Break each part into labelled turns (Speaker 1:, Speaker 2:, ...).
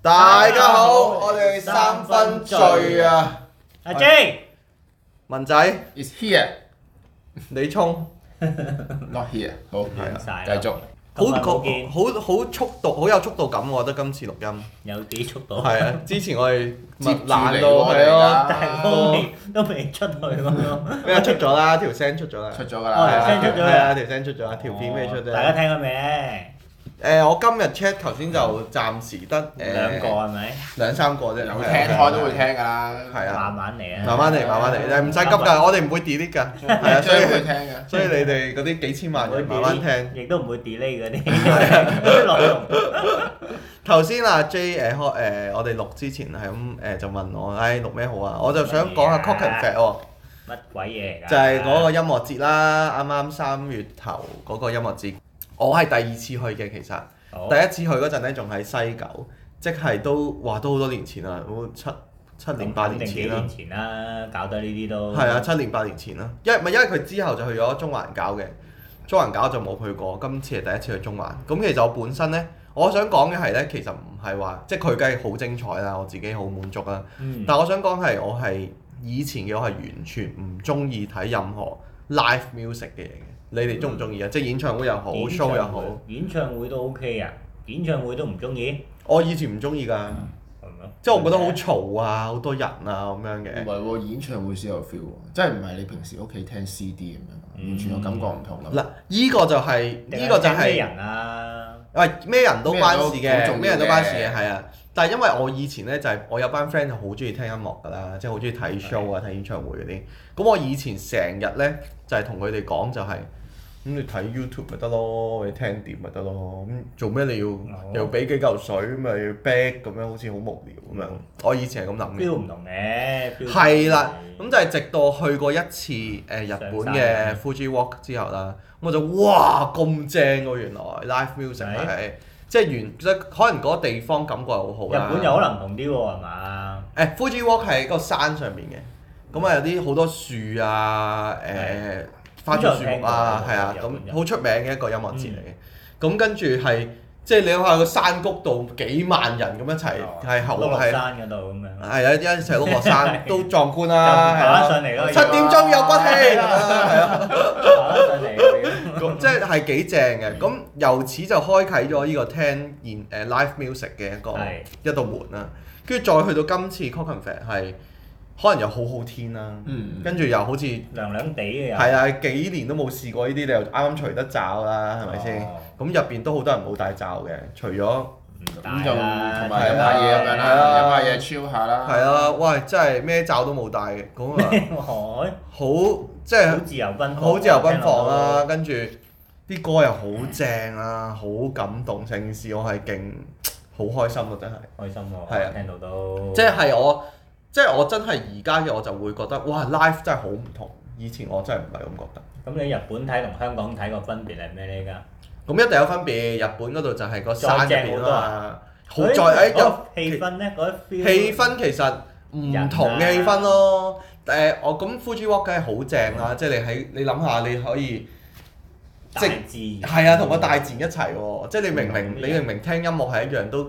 Speaker 1: 大家好，我哋三分醉啊！
Speaker 2: 阿 J，
Speaker 1: 文仔，
Speaker 3: It's here,
Speaker 1: 你衝，
Speaker 3: not here。好，
Speaker 1: 係啊
Speaker 2: 晒
Speaker 3: 繼續。
Speaker 1: 好
Speaker 2: 好
Speaker 1: 好
Speaker 2: 冇見，
Speaker 1: 好好速度，好有速度感，我覺得今次錄音
Speaker 2: 有幾速度，
Speaker 1: 係啊！之前我哋
Speaker 3: 接住
Speaker 1: 懶到
Speaker 3: 嚟我哋
Speaker 1: 係咯，
Speaker 2: 但係
Speaker 3: 啦，
Speaker 2: 都未都未出去喎。
Speaker 1: 咩出咗啦？條聲出咗啦，
Speaker 3: 出咗㗎
Speaker 2: 哦
Speaker 1: 係
Speaker 3: 啦，
Speaker 1: 啊
Speaker 2: 條聲出咗啦
Speaker 1: 係啊，條聲出咗啦，條片未出啫。
Speaker 2: 哦大家聽過未咧？
Speaker 1: 誒，我今日 check 頭先就暫時得誒
Speaker 2: 兩個係咪？
Speaker 1: 兩三個啫，
Speaker 3: 有
Speaker 1: 係
Speaker 3: 聽
Speaker 1: 啊
Speaker 3: 開都會聽㗎啦，
Speaker 1: 係
Speaker 2: 慢
Speaker 1: 啊，
Speaker 2: 慢嚟啊！
Speaker 1: 慢慢嚟，慢慢嚟，誒唔使急㗎，我哋唔會 delete 㗎，係啊，所
Speaker 3: 所以會
Speaker 1: 以
Speaker 3: 聽㗎。
Speaker 1: 所以你哋嗰啲幾千萬
Speaker 2: 唔會
Speaker 1: 人慢慢
Speaker 2: delay，
Speaker 1: 聽。
Speaker 2: 亦都唔會 delay 嗰啲內容。
Speaker 1: 頭先阿 J 誒開誒，我哋錄之前係咁誒就問我，唉錄咩好啊？我就想講下 Cock and Fat 喎，
Speaker 2: 乜鬼嘢嚟㗎？
Speaker 1: 就係嗰個音樂節啦，啱啱三月頭嗰個音樂節，我係第二次去嘅其實，
Speaker 2: 好
Speaker 1: 第一次去嗰陣咧仲喺西九，即係都話都好多年前啦，好七七年八年
Speaker 2: 定幾
Speaker 1: 前啦
Speaker 2: 年，前啦，搞得呢啲都
Speaker 1: 係啊七年八年前啦，因為唔係因為佢之後就去咗中環搞嘅，中環搞就冇去過，今次係第一次去中環。咁其實我本身咧，我想講嘅係咧，其實唔係話即係佢梗係好精彩啦，我自己好滿足啦。
Speaker 2: 嗯
Speaker 1: 但我想講係我係以前嘅我係完全唔中意睇任何 live music 嘅嘢嘅。你哋中唔中意啊？即係演唱會又好
Speaker 2: 嗯演唱
Speaker 1: ，show
Speaker 2: 會
Speaker 1: 又好。
Speaker 2: 演唱會都 OK 啊，演唱會都唔中意，
Speaker 1: 我以前唔中意㗎，
Speaker 2: 係咪
Speaker 1: 即係我覺得好
Speaker 2: 嗯
Speaker 1: 嘈啊，好多人啊咁樣
Speaker 3: 唔
Speaker 1: 嘅。
Speaker 3: 係喎，演唱會先有 feel 喎，真係唔係你平時屋企聽 CD 咁樣，完全個感覺唔同咁。
Speaker 1: 嗱，依個就係依個就
Speaker 2: 定係咩
Speaker 1: 係。
Speaker 2: 人啊？
Speaker 1: 喂，咩人都關事
Speaker 3: 咩人都好
Speaker 1: 嘅，
Speaker 3: 重要嘅
Speaker 1: 咩人都關事嘅，係啊。但係因為我以前咧就係、我有班 friend 就好中意聽音樂㗎啦，即係好中意睇 show 啊、睇演唱會嗰啲。咁我以前成日咧就係同佢哋講就係、咁你睇 YouTube 咪得咯，你聽碟咪得咯，咁做咩你要、
Speaker 3: 哦
Speaker 1: 又俾幾嚿水咪要 back 咁樣，好似好無聊咁樣。
Speaker 3: 嗯
Speaker 1: 我以前係咁諗嘅。
Speaker 2: feel 唔同嘅，feel 唔同嘅
Speaker 1: 係啦，咁就係直到去過一次誒、呃日本
Speaker 2: 上
Speaker 1: 嘅
Speaker 2: 山
Speaker 1: Fuji Walk 之後啦，咁我就哇咁正喎、原來 live music
Speaker 2: 係
Speaker 1: 係即係原即係可能嗰個地方感覺係好好啊
Speaker 2: 日
Speaker 1: 啦。
Speaker 2: 本有可能唔同啲喎，係嘛？
Speaker 1: 誒、Fuji Walk 係個山上面嘅，咁啊有啲好多樹啊，誒、
Speaker 2: 係
Speaker 1: 花草樹木啊，係啊，
Speaker 2: 呢個我聽過嗯
Speaker 1: 咁好出名嘅一個音樂節嚟嘅。咁、跟住係即係你諗下個山谷度幾萬人咁一齊係後
Speaker 2: 碌哦落
Speaker 1: 係。
Speaker 2: 山嗰度咁 樣，
Speaker 1: 係啊，一齊碌落 山都壯觀
Speaker 2: 就爬
Speaker 1: 啦，啊
Speaker 2: 得上嚟咯啊
Speaker 1: 七點鐘有骨氣，係啊，
Speaker 2: 爬得上嚟嗰啲
Speaker 1: 咁即係係幾正嘅。咁由此就開啟咗呢個聽現誒 live music 嘅一個
Speaker 2: 係
Speaker 1: 一道門啦。跟住再去到今次 c o c o n f e t 係可能又好好天啦，
Speaker 3: 嗯，
Speaker 1: 跟住又好似係
Speaker 2: 涼涼地嘅又
Speaker 1: 啊幾年都冇試過呢啲，你又啱啱除得罩啦，係咪先
Speaker 2: 哦？
Speaker 1: 咁入邊都好多人冇戴罩嘅，除咗
Speaker 3: 咁就同埋飲
Speaker 1: 係
Speaker 3: 下
Speaker 1: 啊
Speaker 3: 嘢咁樣
Speaker 1: 係啊
Speaker 3: 啦，飲下嘢 chill 下啦。
Speaker 1: 係啊，喂，真係咩罩都冇戴嘅，咁啊
Speaker 2: 海
Speaker 1: 好即係
Speaker 2: 好。自由奔放，
Speaker 1: 好自由奔放啦，跟住啲歌又好正啦，好感動，成件事我係勁好開心啊！真係，
Speaker 2: 我聽到都，開心
Speaker 1: 係啊
Speaker 2: 喎，聽到都
Speaker 1: 即係我即係我真係而家嘅我就會覺得哇，live 真係好唔同，以前我真係唔係咁覺得。
Speaker 2: 咁你日本睇同香港睇個分別係咩咧？㗎
Speaker 1: 咁一定有分別，日本嗰度就係個山入
Speaker 2: 再正
Speaker 1: 邊啊
Speaker 2: 好多
Speaker 1: 嘛，好在誒有
Speaker 2: 氣氛咧，嗰啲 feel
Speaker 1: 氣氛其實唔同嘅氣氛咯。誒、我咁 Fuji Walk 梗係好正啦，即係你喺你諗下你可以。
Speaker 2: 大
Speaker 1: 即
Speaker 2: 自然
Speaker 1: 係啊，同個大自然一齊喎，即係你明明
Speaker 2: 嗯
Speaker 1: 你明明聽音樂係一樣都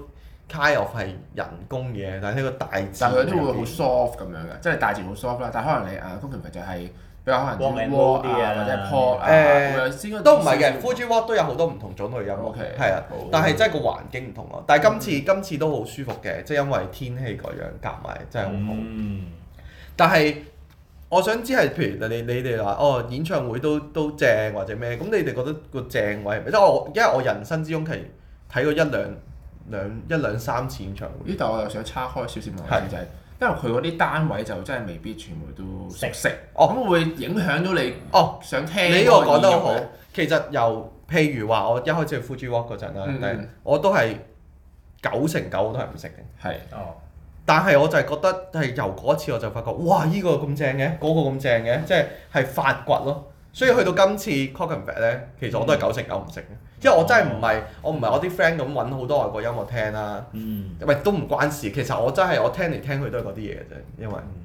Speaker 1: kind of 係人工嘅，但係呢個大自
Speaker 3: 但
Speaker 1: 然
Speaker 3: 係佢
Speaker 1: 入邊，
Speaker 3: 都會好 soft 咁樣嘅，即係大自然好 soft 啦。但係可能你誒通常就係比較可能
Speaker 2: Rock and
Speaker 3: roll
Speaker 2: roll 啲啊
Speaker 3: 或者 pop 啊，
Speaker 1: 誒
Speaker 3: 會有先嗰
Speaker 1: 都唔係嘅
Speaker 3: 少少
Speaker 1: ，Fuji Walk 都有好多唔同種類音樂
Speaker 3: OK，，
Speaker 1: 係啊
Speaker 3: 好，嗯
Speaker 1: 但係真係個環境唔同咯。但係今次今次都好舒服嘅，即係因為天氣嗰樣夾埋真係好好。
Speaker 2: 嗯
Speaker 1: 但係我想知係譬如你你哋話哦演唱會都都正或者咩，咁你哋覺得個正位係咩？即係我因為我人生之中其實睇過一兩兩一兩三次演唱會。
Speaker 3: 呢度我又想叉開少少問題就係，因為佢嗰啲單位就真係未必全部都
Speaker 2: 食
Speaker 3: 食，
Speaker 1: 哦
Speaker 3: 咁會影響到你
Speaker 1: 哦，
Speaker 3: 想聽
Speaker 1: 你呢
Speaker 3: 嗰
Speaker 1: 個
Speaker 3: 個
Speaker 1: 講得
Speaker 3: 意欲
Speaker 1: 好
Speaker 3: 咧。
Speaker 1: 其實由譬如話，我一開始去 Fuji Walk 嗰陣啦，
Speaker 3: 嗯
Speaker 1: 但係
Speaker 3: 嗯
Speaker 1: 我都係九成九我都係唔識嘅。
Speaker 3: 係
Speaker 2: 哦
Speaker 1: 但係我就係覺得係由嗰次我就發覺，哇！呢、個咁正嘅，嗰、個咁正嘅，即係係發掘咯。所以去到今次 c o c k a n b a c k 咧，其實我
Speaker 3: 嗯
Speaker 1: 都係九成九唔識嘅，因為我真係唔係我唔係我啲 friend 咁揾好多外國音樂聽啦，
Speaker 2: 嗯
Speaker 1: 喂都唔關事。其實我真係我聽嚟聽去都係嗰啲嘢嘅啫，因為。
Speaker 2: 嗯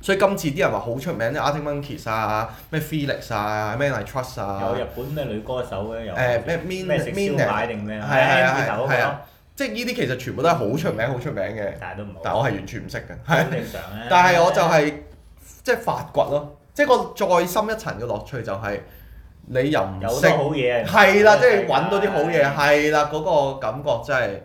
Speaker 1: 所以今次啲人話好出名，即係 Arctic Monkeys 啊，咩 Felix 啊，咩 I Trust 啊，
Speaker 2: 有日本咩女歌手嘅有
Speaker 1: 誒咩 Min-
Speaker 2: 咩食燒賣定咩啊
Speaker 1: 係係係
Speaker 2: 頭嗰個
Speaker 1: 係啊即係呢啲其實全部都係好出名、好出名嘅，
Speaker 2: 但係都唔好。
Speaker 1: 但我係完全唔識嘅，係
Speaker 2: 好正常啊。
Speaker 1: 但係我就係、即係發掘咯，即係個再深一層嘅樂趣就係、你又唔
Speaker 2: 有好
Speaker 1: 識
Speaker 2: 多，好嘢。啊
Speaker 1: 係啦，即係揾到啲好嘢，。係啦，嗰、個感覺真係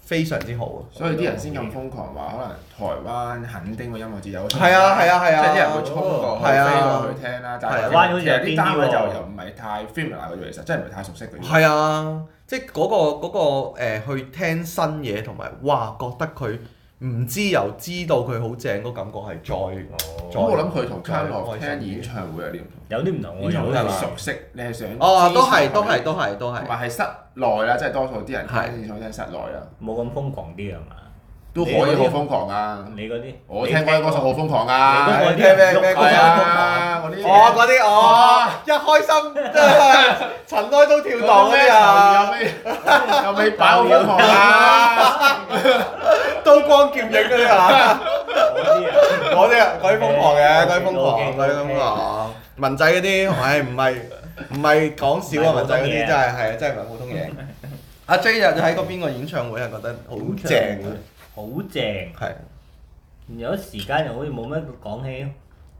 Speaker 1: 非常之好啊！
Speaker 3: 所以啲人先咁瘋狂話，可能台灣肯定個音樂節有。
Speaker 1: 係啊係啊係啊
Speaker 3: 即係啲人會衝過去
Speaker 1: 係啊
Speaker 3: 飛過去聽啦。但
Speaker 1: 台
Speaker 3: 係
Speaker 2: 灣好似
Speaker 3: 其實
Speaker 2: 有邊啲
Speaker 3: 啲單位就
Speaker 2: 喎
Speaker 3: 又唔係太 familiar 嗰種，其實真係唔係太熟悉嘅。
Speaker 1: 係啊，即係嗰、個嗰、個、呃、去聽新嘢同埋哇，覺得佢唔知又知道佢好正，個感覺係再
Speaker 3: 咁
Speaker 2: 哦
Speaker 3: 我諗佢同 k i n o
Speaker 1: 再開心
Speaker 3: 聽
Speaker 1: 啲
Speaker 3: 演唱會有啲唔
Speaker 2: 有啲唔同
Speaker 3: 同，
Speaker 2: 喎，
Speaker 3: 演唱會
Speaker 2: 有
Speaker 1: 係
Speaker 3: 係
Speaker 1: 嘛
Speaker 3: 熟悉，你係想
Speaker 1: 哦，都係
Speaker 3: 知
Speaker 1: 都係都係都係
Speaker 3: 同。埋係室內啦，即係多數啲人
Speaker 1: 係
Speaker 3: 聽演唱會聽室內啦，
Speaker 2: 冇咁瘋狂啲啊嘛。
Speaker 3: 都可以好瘋狂啊！
Speaker 2: 你嗰啲
Speaker 3: 我聽嗰啲歌手好瘋狂
Speaker 2: 你
Speaker 3: 啊！
Speaker 2: 嗰
Speaker 1: 你聽咩 咩歌
Speaker 3: 係
Speaker 1: 啊？
Speaker 3: 啊，我啲
Speaker 1: 哦，嗰啲哦，一開心真 係塵埃都跳動嗰啲啊，
Speaker 3: 又未又未擺好瘋狂 啊！
Speaker 1: 刀光劍影嗰啲啊，
Speaker 2: 嗰啲 啊。
Speaker 1: 嗰啲啊，嗰啲瘋狂嘅，嗰啲瘋狂，
Speaker 2: OK，OK，OK
Speaker 1: 嗰啲瘋狂。文仔嗰啲，唉，唔係唔係講笑啊！
Speaker 2: 唔
Speaker 1: 文
Speaker 2: 係普
Speaker 1: 仔嗰
Speaker 2: 通嘢
Speaker 1: 啲真係係啊真係唔係普通嘢。 阿 J 啊又睇過邊個演唱會係覺得好正啊？
Speaker 2: 好正，
Speaker 1: 係
Speaker 2: 有時間又好似冇乜講起，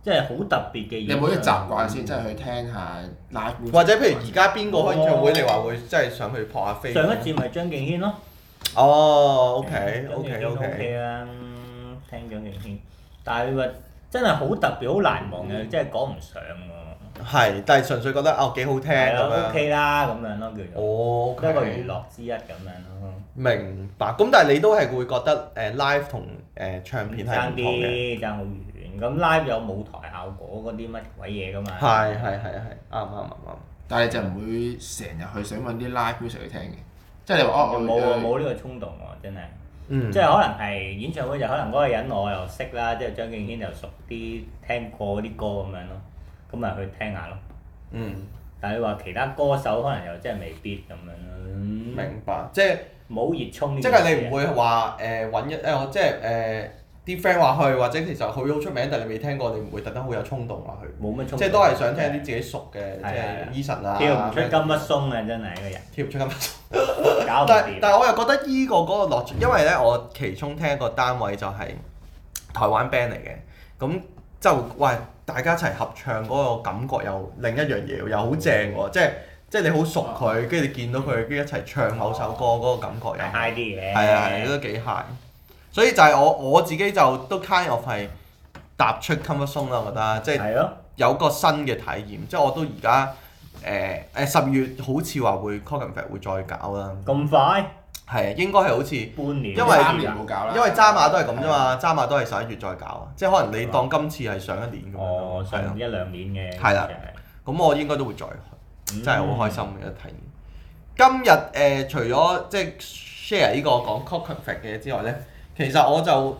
Speaker 2: 即係好特別嘅
Speaker 3: 你
Speaker 2: 嘢。
Speaker 3: 有冇啲習慣先，即係去聽下 live music？
Speaker 1: 或者譬如而家邊個開演唱會，你話會真係想去撲下飛？
Speaker 2: 上一節咪張敬軒咯。
Speaker 1: 哦，OK
Speaker 2: 張敬
Speaker 1: OK
Speaker 2: 軒都
Speaker 1: OK，
Speaker 2: OK 啊，嗯聽張敬軒，但係你話真係好特別、好難忘
Speaker 1: 嗯
Speaker 2: 嘅，即係講唔上喎。
Speaker 1: 係，但係純粹覺得哦幾好聽
Speaker 2: 係
Speaker 1: 咁
Speaker 2: 啦
Speaker 1: 樣。
Speaker 2: ，OK 啦，咁樣咯叫做，
Speaker 1: 哦，
Speaker 2: 一個娛樂之一咁樣咯。
Speaker 1: 明白，咁但係你都係會覺得誒、live 同誒、唱片係
Speaker 2: 爭
Speaker 1: 唔同嘅，
Speaker 2: 啲，爭好遠。咁 live 有舞台效果嗰啲乜鬼嘢㗎嘛？
Speaker 1: 係係係係，啱啱啱啱。
Speaker 3: 但係你就唔會成日去想揾啲 live music 去聽嘅，即係你話哦，我
Speaker 2: 冇啊，
Speaker 3: 誒
Speaker 2: 冇呢個衝動喎，真係。
Speaker 1: 嗯，
Speaker 2: 即係可能係演唱會就可能嗰個人我又識啦，即係張敬軒又熟啲，聽過啲歌咁樣咯，咁咪去聽下咯。
Speaker 1: 嗯，
Speaker 2: 但係你話其他歌手可能又真係未必咁樣咯。嗯
Speaker 1: 明白，即係
Speaker 2: 冇熱衷呢
Speaker 1: 即
Speaker 2: 件
Speaker 1: 係你
Speaker 2: 事
Speaker 1: 唔會話誒揾一誒、我即係誒啲 friend 話去，或者其實佢好出名，但係你未聽過，你唔會特登好有衝動話去，
Speaker 2: 冇乜衝動，
Speaker 1: 即係都係想聽啲自己熟嘅，
Speaker 2: 係係
Speaker 1: 即係 Eason 啊，
Speaker 2: 跳唔出金不鬆啊！真係個人
Speaker 1: 跳唔出金乜
Speaker 2: 搞
Speaker 1: 但
Speaker 2: 唔
Speaker 1: 但
Speaker 2: 掂。
Speaker 1: 係我又覺得依個嗰個樂趣，因為咧我其中聽一個單位就係台灣 band 嚟嘅，咁就喂大家一齊合唱嗰個感覺又另一樣嘢喎，又好正喎，即係
Speaker 2: 嗯
Speaker 1: 即係你好熟佢，跟住你見到佢，跟住一齊唱某首歌嗰個感覺
Speaker 2: 係
Speaker 1: 又
Speaker 2: high 啲嘅，
Speaker 1: 係啊係啊都幾 high，所以就係我我自己就都 kind of 係踏出 comfort zone 啦，我覺得即係。
Speaker 2: 係咯，
Speaker 1: 有個新嘅體驗，即係我都而家誒誒十二月好似話會 c o g n f e t 會再搞啦，
Speaker 2: 咁快
Speaker 1: 係啊應該係好似因
Speaker 2: 半年，
Speaker 1: 啊因為
Speaker 3: 呃三年冇搞啦，
Speaker 1: 為渣馬都係咁啫嘛，渣馬都係十一月再搞啊，即係可能你當今次係上一年咁樣
Speaker 2: 哦
Speaker 1: 咯，係
Speaker 2: 上
Speaker 1: 啊，
Speaker 2: 一兩年嘅，
Speaker 1: 係啦咁我應該都會再去，真係好開心嘅一個體驗。今日誒、呃除咗即係 share 呢個講 c o g n f e t 嘅之外咧，其實我就〜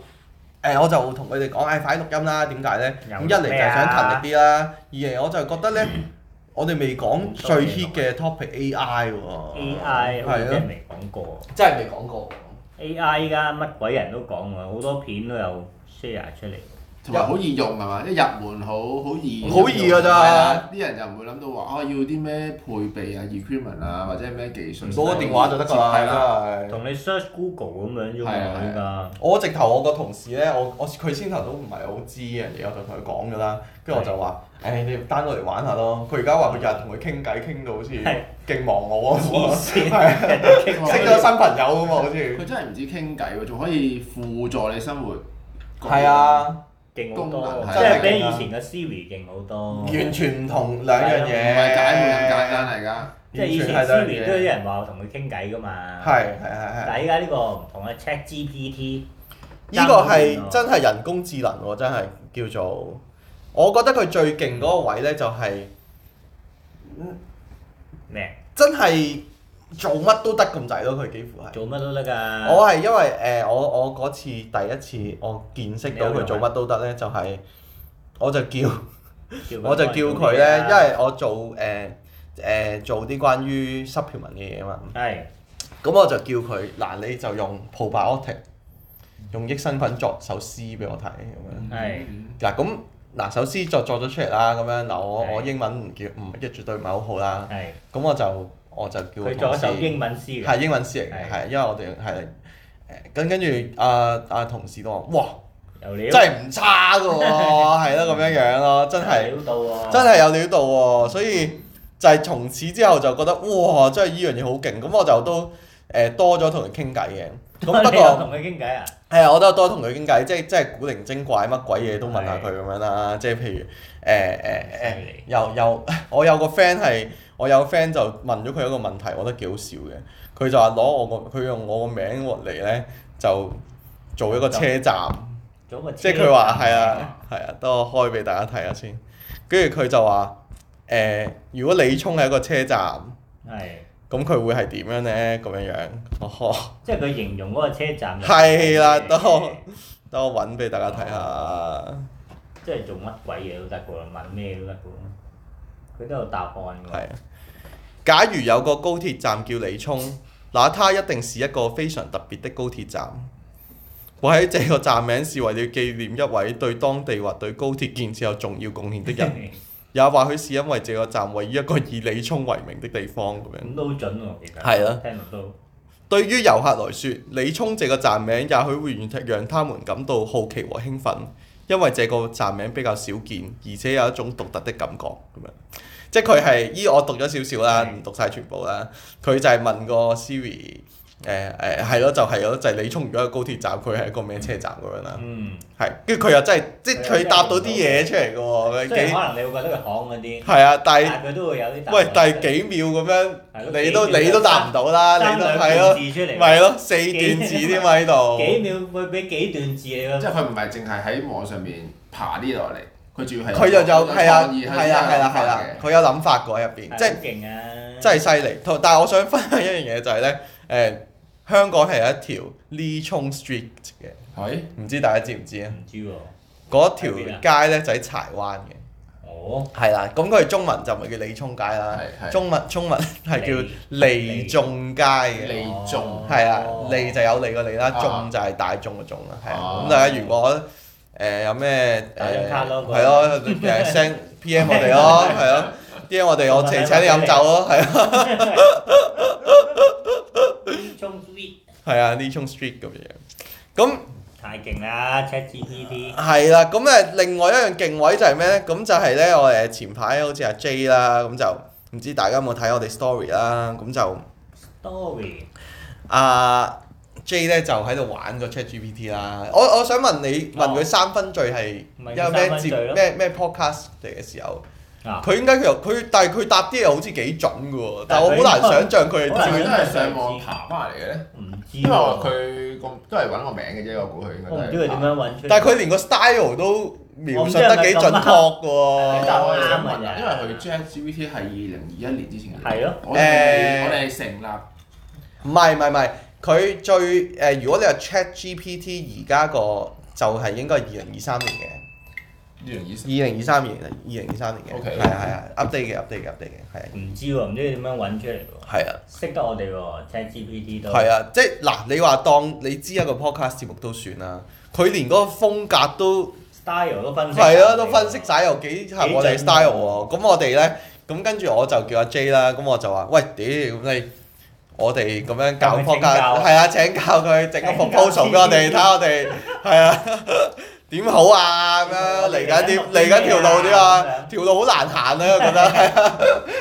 Speaker 1: 誒我就同佢哋講，哎誒快啲錄音啦！點解咧？咁
Speaker 2: 又
Speaker 1: 一嚟就係
Speaker 2: 咩啊
Speaker 1: 想勤力啲啦，二嚟我就覺得咧，我哋未講
Speaker 2: 好多
Speaker 1: 最
Speaker 2: 嘢
Speaker 1: hit 嘅 topic AI 喎。
Speaker 2: AI 好似
Speaker 1: 係
Speaker 2: 真
Speaker 1: 啊
Speaker 2: 係，未講過。
Speaker 1: 真係未講過。
Speaker 2: AI 依家乜鬼人都講喎，好多片都有 share 出嚟。
Speaker 3: 同埋好易用係啊嘛？一入門好好易，
Speaker 1: 好易㗎咋
Speaker 3: 係啊啲人就唔會諗到話哦，要啲咩配備啊、equipment 啊，或者係咩技術。
Speaker 1: 攞個電話就得㗎
Speaker 3: 係啦。
Speaker 1: 啦，真係。
Speaker 2: 同你 search Google 咁樣啫
Speaker 3: 係啊係
Speaker 2: 嘛，
Speaker 3: 啊
Speaker 2: 依家
Speaker 1: 我直頭我個同事咧，我我佢先頭都唔係好知呢樣嘢，我就同佢講㗎啦。跟住我就話：，誒你 download 嚟玩下咯。佢而家話佢日日同佢傾偈，傾到好似
Speaker 2: 係
Speaker 1: 勁忘 我啊咁
Speaker 2: 黐
Speaker 1: 喎。
Speaker 2: 線，
Speaker 1: 啊識咗新朋友咁嘛，啊好
Speaker 3: 佢
Speaker 1: 似。
Speaker 3: 真係唔止傾偈喎，仲可以輔助你生活。
Speaker 1: 係，啊，
Speaker 2: 勁好多
Speaker 3: 功，能
Speaker 2: 即係比
Speaker 1: 真係勁啊
Speaker 2: 以前嘅 Siri 勁好多。
Speaker 1: 完全唔同兩樣
Speaker 3: 唔係
Speaker 1: 嘢。
Speaker 3: 解悶咁簡單嚟㗎。
Speaker 2: 即係以
Speaker 1: 完
Speaker 2: 前
Speaker 1: 全係
Speaker 2: Siri 都有啲人話同佢傾偈噶嘛。
Speaker 1: 係係係係。
Speaker 2: 但係依家呢個唔同啊啦，Chat GPT。
Speaker 1: 呢個係真係人工智能喎，真係叫做。我覺得佢最勁嗰個位咧，就係
Speaker 2: 咩？
Speaker 1: 真係做乜都得咁滯咯，佢幾乎係。
Speaker 2: 做乜都得㗎。
Speaker 1: 我係因為誒、呃我我嗰次第一次我見識到佢做乜都得咧，就係、我就叫
Speaker 2: 叫佢
Speaker 1: 我就叫佢咧，
Speaker 2: 幫你
Speaker 1: 因為
Speaker 2: 做嘢啊
Speaker 1: 我做誒誒、做啲關於 supplement 嘅嘢嘛，
Speaker 2: 係
Speaker 1: 咁我就叫佢嗱你就用 probiotic，用益生菌作首詩俾我睇咁樣。
Speaker 2: 係
Speaker 3: 嗯
Speaker 1: 嗱咁嗱，首詩作作咗出嚟啦，咁樣嗱我
Speaker 2: 係
Speaker 1: 我英文唔叫唔一絕對唔係好好啦，
Speaker 2: 係
Speaker 1: 咁我就我就叫
Speaker 2: 佢做一首
Speaker 1: 同事
Speaker 2: 英文詩嘅，
Speaker 1: 係英文詩嚟嘅，
Speaker 2: 係
Speaker 1: 係因為我哋係誒跟跟住阿阿同事都話：哇，
Speaker 2: 有料
Speaker 1: 真，係唔差㗎喎，係咯咁樣樣咯，真係
Speaker 2: 有料到喎，
Speaker 1: 真係有料到喎，所以就係從此之後就覺得哇，真係依樣嘢好勁，咁我就都誒、多咗同佢傾偈嘅，咁不
Speaker 2: 你有
Speaker 1: 過。
Speaker 2: 同佢傾偈啊，
Speaker 1: 係啊，我都有多同佢傾偈，即係即係古靈精怪乜鬼嘢都問下佢咁樣啦。即係譬如
Speaker 2: 犀
Speaker 1: 誒誒誒
Speaker 2: 利，
Speaker 1: 又又我有個 friend 係我有 friend 就問咗佢一個問題，我覺得幾好笑嘅。佢就話攞我個佢用我個名嚟咧就做一個車站，
Speaker 2: 做個
Speaker 1: 即係佢話係啊，係啊，等我開俾大家睇下先。跟住佢就話誒、如果李聰係一個車站，
Speaker 2: 係
Speaker 1: 咁佢會係點樣咧？咁樣樣，哦，
Speaker 2: 即係佢形容嗰個車站就
Speaker 1: 係啦都等我揾俾大家睇下。
Speaker 2: 即係做乜鬼嘢都得嘅喎，問咩都得嘅喎，佢都有答案
Speaker 1: 係
Speaker 2: 㗎。
Speaker 1: 啊。假如有個高鐵站叫李聰，那它一定是一個非常特別的高鐵站。我喺這個站名是為了紀念一位對當地或對高鐵建設有重要貢獻的 人，也或許是因為這個站位於一個以李聰為名的地方咁樣。
Speaker 2: 咁都好準喎，其實
Speaker 1: 係啊
Speaker 2: 聽落都
Speaker 1: 對於遊客來說，李聰這個站名也許會讓讓他們感到好奇和興奮，因為這個站名比較少見，而且有一種獨特的感覺咁樣。即係佢係依我讀咗少少啦，
Speaker 2: 係
Speaker 1: 唔讀晒全部啦。佢就係問個 Siri，誒誒係咯，就係、咯，就係、李聰如果有高鐵站，佢係一個咩車站咁樣啦。
Speaker 2: 嗯，
Speaker 1: 係，跟住佢又真係即係
Speaker 2: 佢又
Speaker 1: 佢
Speaker 2: 真係啊
Speaker 1: 答到啲嘢出嚟嘅
Speaker 2: 雖
Speaker 1: 喎，
Speaker 2: 然可能你會覺得佢行嗰啲
Speaker 1: 幾，係啊，但
Speaker 2: 但
Speaker 1: 係
Speaker 2: 係佢都會有啲答案。
Speaker 1: 喂，但係幾秒咁
Speaker 2: 係咯
Speaker 1: 樣，你都
Speaker 2: 幾秒
Speaker 1: 你都答唔到啦，
Speaker 2: 三
Speaker 1: 你都
Speaker 2: 兩
Speaker 1: 係咯
Speaker 2: 段。字出嚟，
Speaker 1: 咪係咯，四段字添嘛喺
Speaker 2: 幾
Speaker 1: 度，
Speaker 2: 秒會俾幾段字你
Speaker 3: 即
Speaker 2: 咯。
Speaker 3: 係佢唔係淨係喺網上面爬啲落嚟，佢仲要係
Speaker 1: 佢就有係啊
Speaker 3: 有創意
Speaker 1: 係啊係啦係啦，佢有諗法過喺入邊，
Speaker 2: 係
Speaker 1: 即係
Speaker 2: 好勁啊！
Speaker 1: 真係犀利。同但係我想分享一樣嘢就係咧，誒香港係有一條 Lee Chong Street 嘅，
Speaker 3: 係
Speaker 1: 唔知大家知唔知啊？
Speaker 2: 唔知喎，
Speaker 1: 嗰條
Speaker 2: 喺邊啊
Speaker 1: 街咧就喺柴灣嘅，
Speaker 2: 哦，
Speaker 1: 係啦。咁佢中文就唔係叫李聰街啦
Speaker 3: 係，係
Speaker 1: 中文中文係叫利眾街嘅。
Speaker 3: 利
Speaker 2: 哦
Speaker 3: 眾
Speaker 1: 係啊，利
Speaker 2: 利
Speaker 1: 就有利個利啦，
Speaker 3: 啊
Speaker 1: 眾就係大眾嘅眾啦，係啊。
Speaker 3: 啊
Speaker 1: 咁大家如果誒有咩
Speaker 2: 打張
Speaker 1: 誒
Speaker 2: 卡咯
Speaker 1: 係咯誒 send PM 我哋咯，係咯，PM 我哋我哋請你飲酒咯，係啊，
Speaker 2: 中 sweet
Speaker 1: 係啊，呢種 street 咁樣。咁
Speaker 2: 太勁啦！ChatGPT
Speaker 1: 係啦，咁誒另外一樣勁位就係咩咧？咁就係咧，我誒前排好似阿 J 啦，咁就唔知大家有冇睇我哋 story 啦，咁就
Speaker 2: story
Speaker 1: 阿 J 咧啊就喺度玩個 ChatGPT 啦。我我想問你
Speaker 2: 哦
Speaker 1: 問佢三分醉係
Speaker 2: 咪
Speaker 1: 有咩
Speaker 2: 三分醉
Speaker 1: 節
Speaker 2: 咯
Speaker 1: 咩咩 podcast 嚟嘅時候，
Speaker 2: 啊，
Speaker 1: 佢應該佢又佢但係佢答啲嘢好似幾準嘅喎，但係我好難想象佢
Speaker 3: 係咪
Speaker 1: 係
Speaker 3: 都係上網爬翻嚟嘅咧？
Speaker 2: 唔知
Speaker 3: 因為我
Speaker 2: 喎，
Speaker 3: 佢個都係揾個名嘅啫，我估佢應該都
Speaker 2: 我唔
Speaker 3: 係啊
Speaker 2: 知佢點樣揾出嚟。
Speaker 1: 但係佢連個 style 都描述得幾準確嘅
Speaker 2: 我唔
Speaker 1: 喎。
Speaker 2: 知係咪咁啊
Speaker 3: 但係我哋想問啊，因為佢 ChatGPT 係二零二一年之前嘅，
Speaker 2: 係咯
Speaker 3: 我哋我哋係成立
Speaker 1: 唔係唔係唔係，佢最誒、如果你話 ChatGPT 而家個就係應該係二零二三年嘅。
Speaker 3: 二零二
Speaker 1: 二零二三年，二零二三年嘅，
Speaker 3: OK
Speaker 1: 係啊係啊，update 嘅 update 嘅 update 嘅，係啊
Speaker 2: 唔知喎，唔知佢點樣揾出嚟喎。
Speaker 1: 係啊。
Speaker 2: 識得我哋喎，ChatGPT 都
Speaker 1: 係啊，即係嗱，你話當你知一個 podcast 節目都算啦，佢連嗰個風格都
Speaker 2: style 都分析。
Speaker 1: 係啊，都分析。晒又幾合我哋
Speaker 2: 幾準喎啊
Speaker 1: style 喎。咁我哋咧，咁跟住我就叫阿 J 啦，咁我就話：喂，屌咁你我哋咁樣搞
Speaker 2: 有冇請
Speaker 1: podcast，
Speaker 2: 教
Speaker 1: 係啊，請教佢整個
Speaker 2: 請教
Speaker 1: proposal 俾我 哋，睇下我哋係啊 點好啊咁樣嚟緊啲嚟緊條路點啊
Speaker 2: 咁樣？
Speaker 1: 條路好難行啊，我覺得 係啊，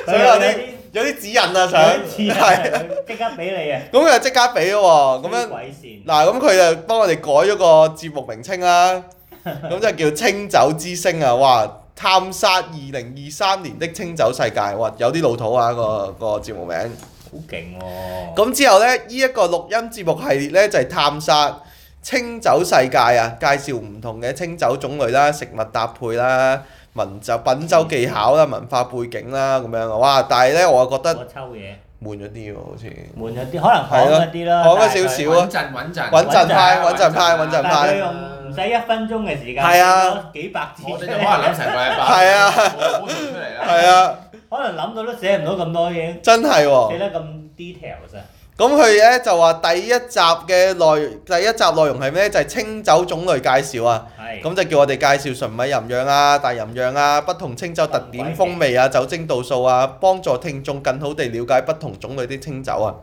Speaker 1: 所以有啲有啲指引啊，想
Speaker 2: 想似
Speaker 1: 係
Speaker 2: 係即刻俾你啊！
Speaker 1: 咁佢就即刻俾喎，咁樣
Speaker 2: 黐。鬼線
Speaker 1: 嗱，咁佢就幫我哋改咗個節目名稱啦， 咁就叫清酒之星啊！哇，探殺二零二三年的清酒世界，哇，有啲老土啊個個節目名。
Speaker 2: 好勁喎！
Speaker 1: 咁之後呢，呢、一個錄音節目系列呢，就係、探殺清酒世界啊，介紹唔同嘅清酒種類啦、食物搭配啦、文酒品酒技巧啦、文化背景啦咁樣啊。哇！但係呢，我覺得
Speaker 2: 我抽嘢
Speaker 1: 悶咗啲喎，好似
Speaker 2: 悶咗啲，可能講咗啲啦，
Speaker 1: 係咯講咗
Speaker 2: 但係佢
Speaker 1: 少少
Speaker 3: 穩
Speaker 1: 啊
Speaker 3: 陣穩陣
Speaker 1: 穩陣派、穩陣派、穩陣
Speaker 2: 但係佢
Speaker 1: 派，
Speaker 2: 用唔使一分鐘嘅時間，
Speaker 1: 係啊，
Speaker 2: 幾百字
Speaker 3: 我
Speaker 2: 出
Speaker 3: 哋就可能諗
Speaker 2: 嚟，
Speaker 3: 成個禮拜，
Speaker 1: 係啊
Speaker 3: 我估出嚟啦，
Speaker 1: 係啊，
Speaker 2: 可能諗到都寫唔到咁多嘢，
Speaker 1: 真係喎。
Speaker 2: 寫得咁 details 啊！
Speaker 1: 咁佢咧就話第一集嘅內第一集內容係咩呢？就係、清酒種類介紹啊。
Speaker 2: 係
Speaker 1: 咁就叫我哋介紹純米吟釀啊、大吟釀啊、不同清酒特點風味啊、酒精度數啊，幫助聽眾更好地了解不同種類的清酒啊。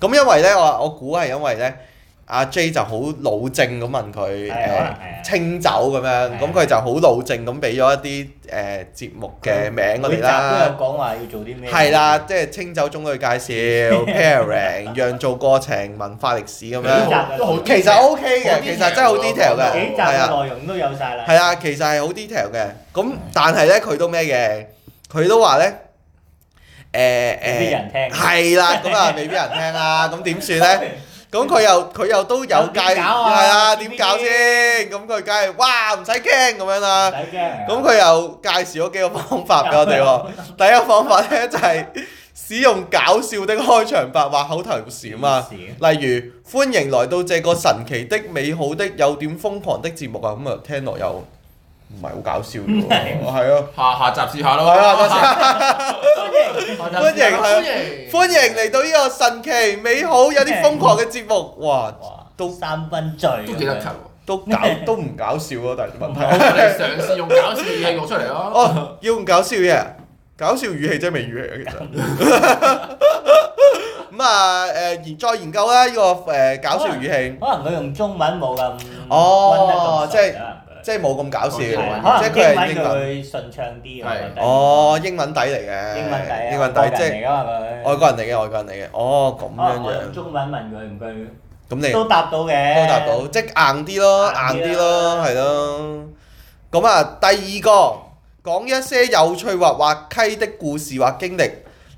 Speaker 1: 咁因為呢，我我估係因為呢，阿 J 就好老正咁問佢誒、
Speaker 2: 係可能係啊
Speaker 1: 清酒咁樣，
Speaker 2: 啊
Speaker 1: 咁佢就好老正咁俾咗一啲誒、節目嘅名我
Speaker 2: 每
Speaker 1: 哋
Speaker 2: 集
Speaker 1: 啦。
Speaker 2: 都有講話要做啲咩？啊
Speaker 1: 係啦，，即係清酒種類介 紹、pairing、釀造過程、文化歷史咁樣。
Speaker 3: 都好
Speaker 1: 其實 OK
Speaker 3: 好
Speaker 1: 嘅，
Speaker 3: detail
Speaker 1: 其實真係好 detail
Speaker 3: 啊
Speaker 2: 幾
Speaker 1: 嘅，
Speaker 2: 集
Speaker 1: 係啊。
Speaker 2: 嘅內容都有晒啦。
Speaker 1: 係啊，其實係好 detail 嘅。咁但係咧，佢都咩嘅？佢都話咧，誒誒，
Speaker 2: 未必人聽
Speaker 1: 係啦，咁啊，未必人聽啦。咁點算 咧？咁佢又佢又都有
Speaker 2: 有
Speaker 1: 介
Speaker 2: 點搞啊
Speaker 1: 係啊，
Speaker 2: 知唔
Speaker 1: 點
Speaker 2: 知
Speaker 1: 搞先？咁佢梗係哇唔使驚咁樣啦。
Speaker 2: 唔使驚。
Speaker 1: 咁佢又介紹咗幾個方法俾我哋喎。第一個方法咧就係使用搞笑的開場白或口頭禪啊。例如歡迎來到這個神奇的、美好的、有點瘋狂的節目啊！咁啊，聽落又唔係好搞笑嘅喎， 係啊，
Speaker 4: 下下集試下咯。
Speaker 1: 係啊，
Speaker 2: 歡迎，
Speaker 1: 歡迎
Speaker 3: 歡
Speaker 1: 係啊
Speaker 3: 迎
Speaker 1: 歡迎嚟到呢個神奇、美好、有啲瘋狂嘅節目，哇，
Speaker 2: 哇，
Speaker 1: 都
Speaker 2: 三分醉咁樣，
Speaker 3: 都幾得級喎。
Speaker 1: 都 搞都唔搞笑啊！但係問題，
Speaker 4: 我哋嘗試用搞笑嘅嘢講出嚟咯。
Speaker 1: 哦，要唔搞笑嘅，搞笑語氣真係未語氣啊，其實。 咁啊，誒研再研究啦，呢個誒搞笑語氣，
Speaker 2: 可能佢用中文冇咁
Speaker 1: 哦
Speaker 2: 溫得咁順
Speaker 1: 即係
Speaker 2: 啊
Speaker 1: 即係冇咁搞笑，即
Speaker 2: 可能佢
Speaker 1: 係
Speaker 2: 可能
Speaker 1: 佢係
Speaker 2: 英文
Speaker 1: 英文
Speaker 2: 佢。會順暢啲，我覺得。
Speaker 1: 哦，英文底嚟嘅，
Speaker 2: 英文底啊，
Speaker 1: 英文底即係
Speaker 2: 係嚟噶嘛佢。
Speaker 1: 外國人嚟嘅，外國人嚟嘅。哦，咁
Speaker 2: 哦
Speaker 1: 樣
Speaker 2: 我用
Speaker 1: 樣，
Speaker 2: 中文問佢唔句，
Speaker 1: 咁你
Speaker 2: 都
Speaker 1: 都
Speaker 2: 答到嘅。
Speaker 1: 答到，即係硬啲咯，硬
Speaker 2: 硬
Speaker 1: 啲
Speaker 2: 啲
Speaker 1: 咯，
Speaker 2: 啦
Speaker 1: 係咯。咁啊，第二個講一些有趣或滑稽的故事或經歷，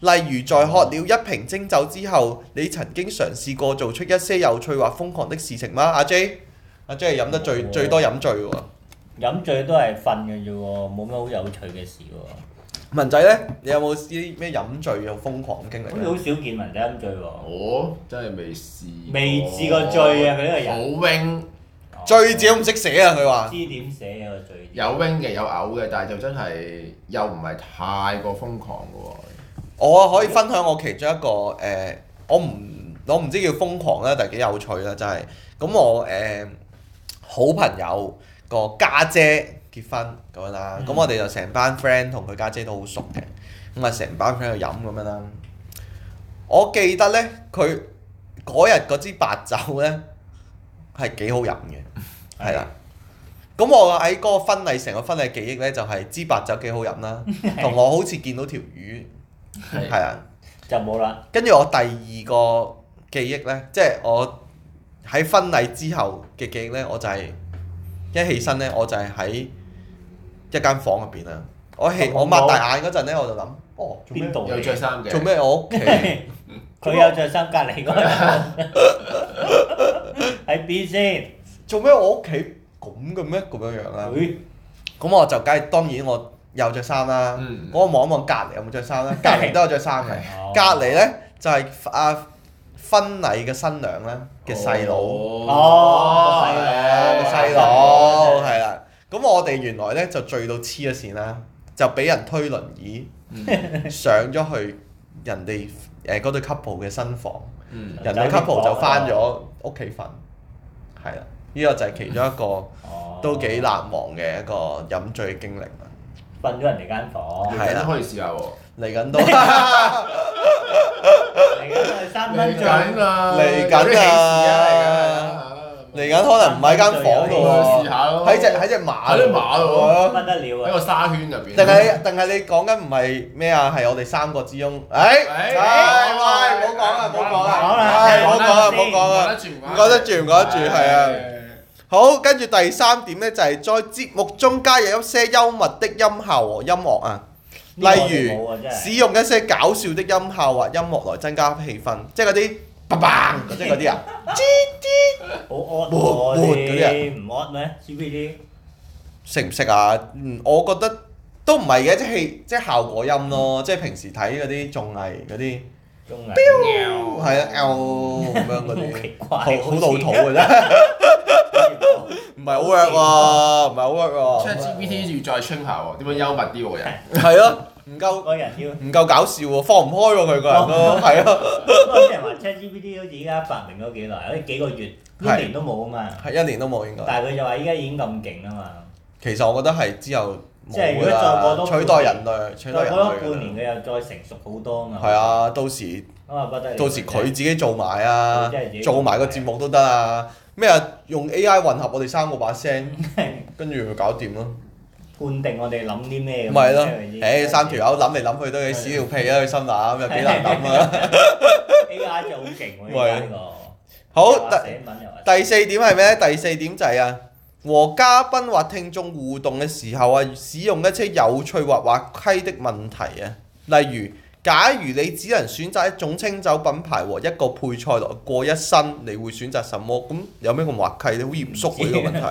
Speaker 1: 例如在喝了一瓶清酒之後，你曾經嘗試過做出一些有趣或瘋狂的事情嗎？阿 J，阿 J 係飲得最
Speaker 2: 冇喎
Speaker 1: 最多飲醉喎。
Speaker 2: 飲醉都係瞓嘅啫喎，冇咩好有趣嘅事喎。
Speaker 1: 文仔呢，你有冇啲咩飲醉又瘋狂嘅經歷
Speaker 2: 好似好
Speaker 1: 呢？
Speaker 2: 少見人哋飲醉喎。
Speaker 4: 我真係未試，
Speaker 2: 未試過醉啊佢呢個人
Speaker 4: 冇 wing
Speaker 1: 醉字都唔識寫啊！佢話。
Speaker 2: 知點寫啊個醉字？
Speaker 4: 有 wing 嘅有嘔嘅，但係就真係又唔係太過瘋狂嘅
Speaker 1: 我可以分享我其中一個誒、呃我唔我唔知叫瘋狂啦，但係幾有趣啦，真係。咁我誒、呃好朋友個家姐結婚咁樣啦，咁、
Speaker 2: 嗯
Speaker 1: 我哋就成班 friend 同佢家姐都好熟嘅，咁啊成班 friend 去飲咁樣啦。我記得呢，佢嗰日嗰支白酒呢係幾好飲嘅，係啦。咁我喺嗰個婚禮成個婚禮記憶呢，就係、支白酒幾好飲啦，同我好似見到條魚。
Speaker 4: 喎。
Speaker 1: 係啊，
Speaker 2: 就冇啦。
Speaker 1: 跟住我第二個記憶呢，即係我喺婚禮之後嘅記憶呢，我就係、一起身呢，我就係喺一間房入邊啦。我起
Speaker 2: 咁
Speaker 1: 我擘大眼嗰陣呢，我就諗，哦，做咩
Speaker 2: 邊度嚟？
Speaker 4: 有着衫嘅。
Speaker 1: 做？咩我屋企
Speaker 2: 佢有着衫，隔離嗰個喺邊先？
Speaker 1: 做咩我屋企咁嘅咩咁樣樣啦？
Speaker 2: 佢
Speaker 1: 咁我就梗係當然我有着衫啦。
Speaker 4: 嗯
Speaker 1: 我望一望隔離有冇着衫啦，隔離都有着衫嘅。
Speaker 2: 哦
Speaker 1: 隔離呢，就係、啊婚禮嘅新娘啦嘅細佬。
Speaker 2: 哦
Speaker 1: 係啊，
Speaker 2: 哦
Speaker 1: 個細佬係啦。咁我哋原來咧就醉到黐咗線啦，就俾人推輪椅
Speaker 4: 嗯
Speaker 1: 上咗去人哋誒嗰對 couple 嘅新房，
Speaker 4: 嗯
Speaker 1: 人哋 couple 就翻咗屋企瞓，係啦。呢個就係其中一個
Speaker 2: 哦
Speaker 1: 都幾難忘嘅一個飲醉經歷啦。
Speaker 2: 瞓咗人哋間房。
Speaker 4: 嚟緊都可以試下喎。
Speaker 1: 嚟 緊都 嚟
Speaker 2: 嚟緊係三
Speaker 4: Dạ,
Speaker 2: 分醉。
Speaker 4: 啊
Speaker 1: 嚟緊啊
Speaker 4: 有啲喜事啊嚟緊啊
Speaker 1: 緊可能唔喺間房度
Speaker 4: 試
Speaker 1: 喎，
Speaker 4: 下咯。
Speaker 1: 喺只喺只馬
Speaker 4: 喺隻馬度喎
Speaker 1: 係啊
Speaker 2: 不得了
Speaker 4: 喺
Speaker 2: 啊！
Speaker 4: 個沙圈入邊。
Speaker 1: 定係定係你講緊唔係咩啊？係我哋三個之中，誒，喂喂，唔好講啦，唔好講啦，哎唉，唔好講啦，哎唔好講啦，唔講得住，唔講得住，係啊。好，跟住第三點咧就係在節目中加入一些幽默的音效和音樂啊，
Speaker 2: 呢個我哋
Speaker 1: 例
Speaker 2: 冇
Speaker 1: 如
Speaker 2: 啊真係
Speaker 1: 使用一些搞笑的音效或音樂來增加氣氛，即係嗰啲 bang 即係嗰啲啊，
Speaker 2: 好 odd
Speaker 1: 活
Speaker 2: 喎
Speaker 1: 活
Speaker 2: 啲，唔 odd 咩？CBD
Speaker 1: 識唔識啊？嗯，我覺得都唔係嘅，即係氣即係效果音咯，即係平時睇嗰啲綜藝嗰啲。
Speaker 2: 中啊，
Speaker 1: 係啊，L 咁 樣嗰
Speaker 2: 好
Speaker 1: 啲
Speaker 2: 奇，怪
Speaker 1: 好
Speaker 2: 好似
Speaker 1: 好老土嘅 啫，唔係好 work 喎，唔係好 work
Speaker 4: ChatGPT 要再 train 下喎，點樣幽默啲喎人？
Speaker 1: 喎，係咯，唔唔夠
Speaker 2: 個人要。
Speaker 1: 唔夠搞笑喎，放唔開喎佢個人都
Speaker 2: 哦
Speaker 1: 係啊，
Speaker 2: 不過啲人話 ChatGPT 好似依家發明咗幾耐，好似幾個月、
Speaker 1: 係
Speaker 2: 一年都冇啊嘛。
Speaker 1: 係一年都冇應該。
Speaker 2: 但係佢就話依家已經咁勁啊嘛。
Speaker 1: 其實我覺得係之後冇
Speaker 2: 即係如
Speaker 1: 㗎
Speaker 2: 果再過
Speaker 1: 啦，
Speaker 2: 多
Speaker 1: 取代人類，取
Speaker 2: 再
Speaker 1: 代人
Speaker 2: 過多
Speaker 1: 類
Speaker 2: 半年
Speaker 1: 㗎啦。
Speaker 2: 佢又再成熟好多啊嘛。
Speaker 1: 係，啊，到時
Speaker 2: 咁啊不得了。
Speaker 1: 到時佢自己做埋啊
Speaker 2: 佢真係自，己做
Speaker 1: 做埋個
Speaker 2: 埋
Speaker 1: 節目都得啊。咩啊？用 AI 混合我哋三個把 聲，跟住咪搞掂咯。
Speaker 2: 判定我哋諗啲咩咁。
Speaker 1: 咪係咯
Speaker 2: 即係咪，
Speaker 1: 誒
Speaker 2: 先
Speaker 1: 三條友諗嚟諗去都係屎尿屁啦，啊佢心 諗有幾難諗啊！
Speaker 2: AI 就好勁喎，
Speaker 1: 咪
Speaker 2: 依家呢個。
Speaker 1: 好，
Speaker 2: 又話
Speaker 1: 第
Speaker 2: 寫文又話
Speaker 1: 第四點係咩咧？第四點就係啊，和嘉賓或聽眾互動嘅時候啊，使用一些有趣或滑稽的問題啊，例如。假如你只能選擇一種清酒品牌和一個配菜來過一生，你會選擇什麼？咁有咩咁滑稽咧？好嚴肅喎呢個問題。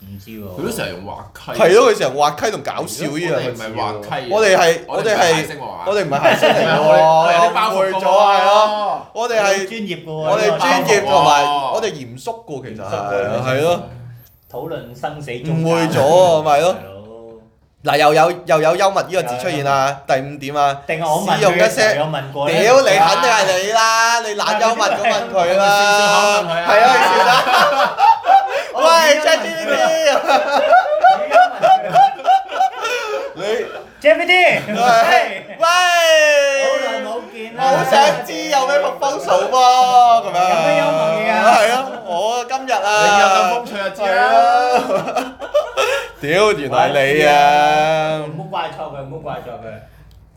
Speaker 2: 唔知啊喎。
Speaker 4: 佢都成日用滑稽。
Speaker 1: 係咯，佢成日滑稽同搞啊笑呢樣
Speaker 4: 我哋唔係滑稽
Speaker 1: 我哋係我哋
Speaker 4: 係
Speaker 1: 係
Speaker 4: 星華
Speaker 1: 我哋唔係啊諧星嚟嘅
Speaker 4: 我哋有啲包
Speaker 1: 喎，
Speaker 4: 袱
Speaker 1: 誤會
Speaker 4: 㗎
Speaker 1: 咗
Speaker 4: 喎
Speaker 1: 係咯。我哋係
Speaker 2: 專業嘅喎，
Speaker 1: 我哋專業同埋我哋啊哦嚴肅嘅其實係係咯。
Speaker 2: 討論生死
Speaker 1: 誤會咗啊咪係咯嗱又有又有幽默呢個字出現啦，第五點啊，
Speaker 2: 定係我問
Speaker 1: 使用
Speaker 2: 佢
Speaker 1: 一
Speaker 2: 嘅時
Speaker 1: 些
Speaker 2: 候有問過
Speaker 1: 屌你
Speaker 2: 咧
Speaker 1: 肯定係你啦，你懶幽默咁問佢啦，係啊，你笑啦，
Speaker 2: 我
Speaker 1: 喂
Speaker 2: 唔知
Speaker 1: c h a t
Speaker 2: 啊問
Speaker 1: g
Speaker 2: 佢
Speaker 1: p t 你
Speaker 2: JPD，
Speaker 1: 喂
Speaker 2: 係好耐
Speaker 1: 喂，
Speaker 2: 冇見
Speaker 1: 我
Speaker 2: 啦，
Speaker 1: 好想知有咩 proposal 喎咁樣，
Speaker 2: 有咩幽默嘢啊
Speaker 1: 係啊，我今日
Speaker 4: 你有咁
Speaker 1: 啊
Speaker 4: 風。趣就知
Speaker 1: 係
Speaker 4: 啦。
Speaker 1: 啊！屌，原來你啊！
Speaker 2: 唔好怪錯佢，唔好怪錯佢，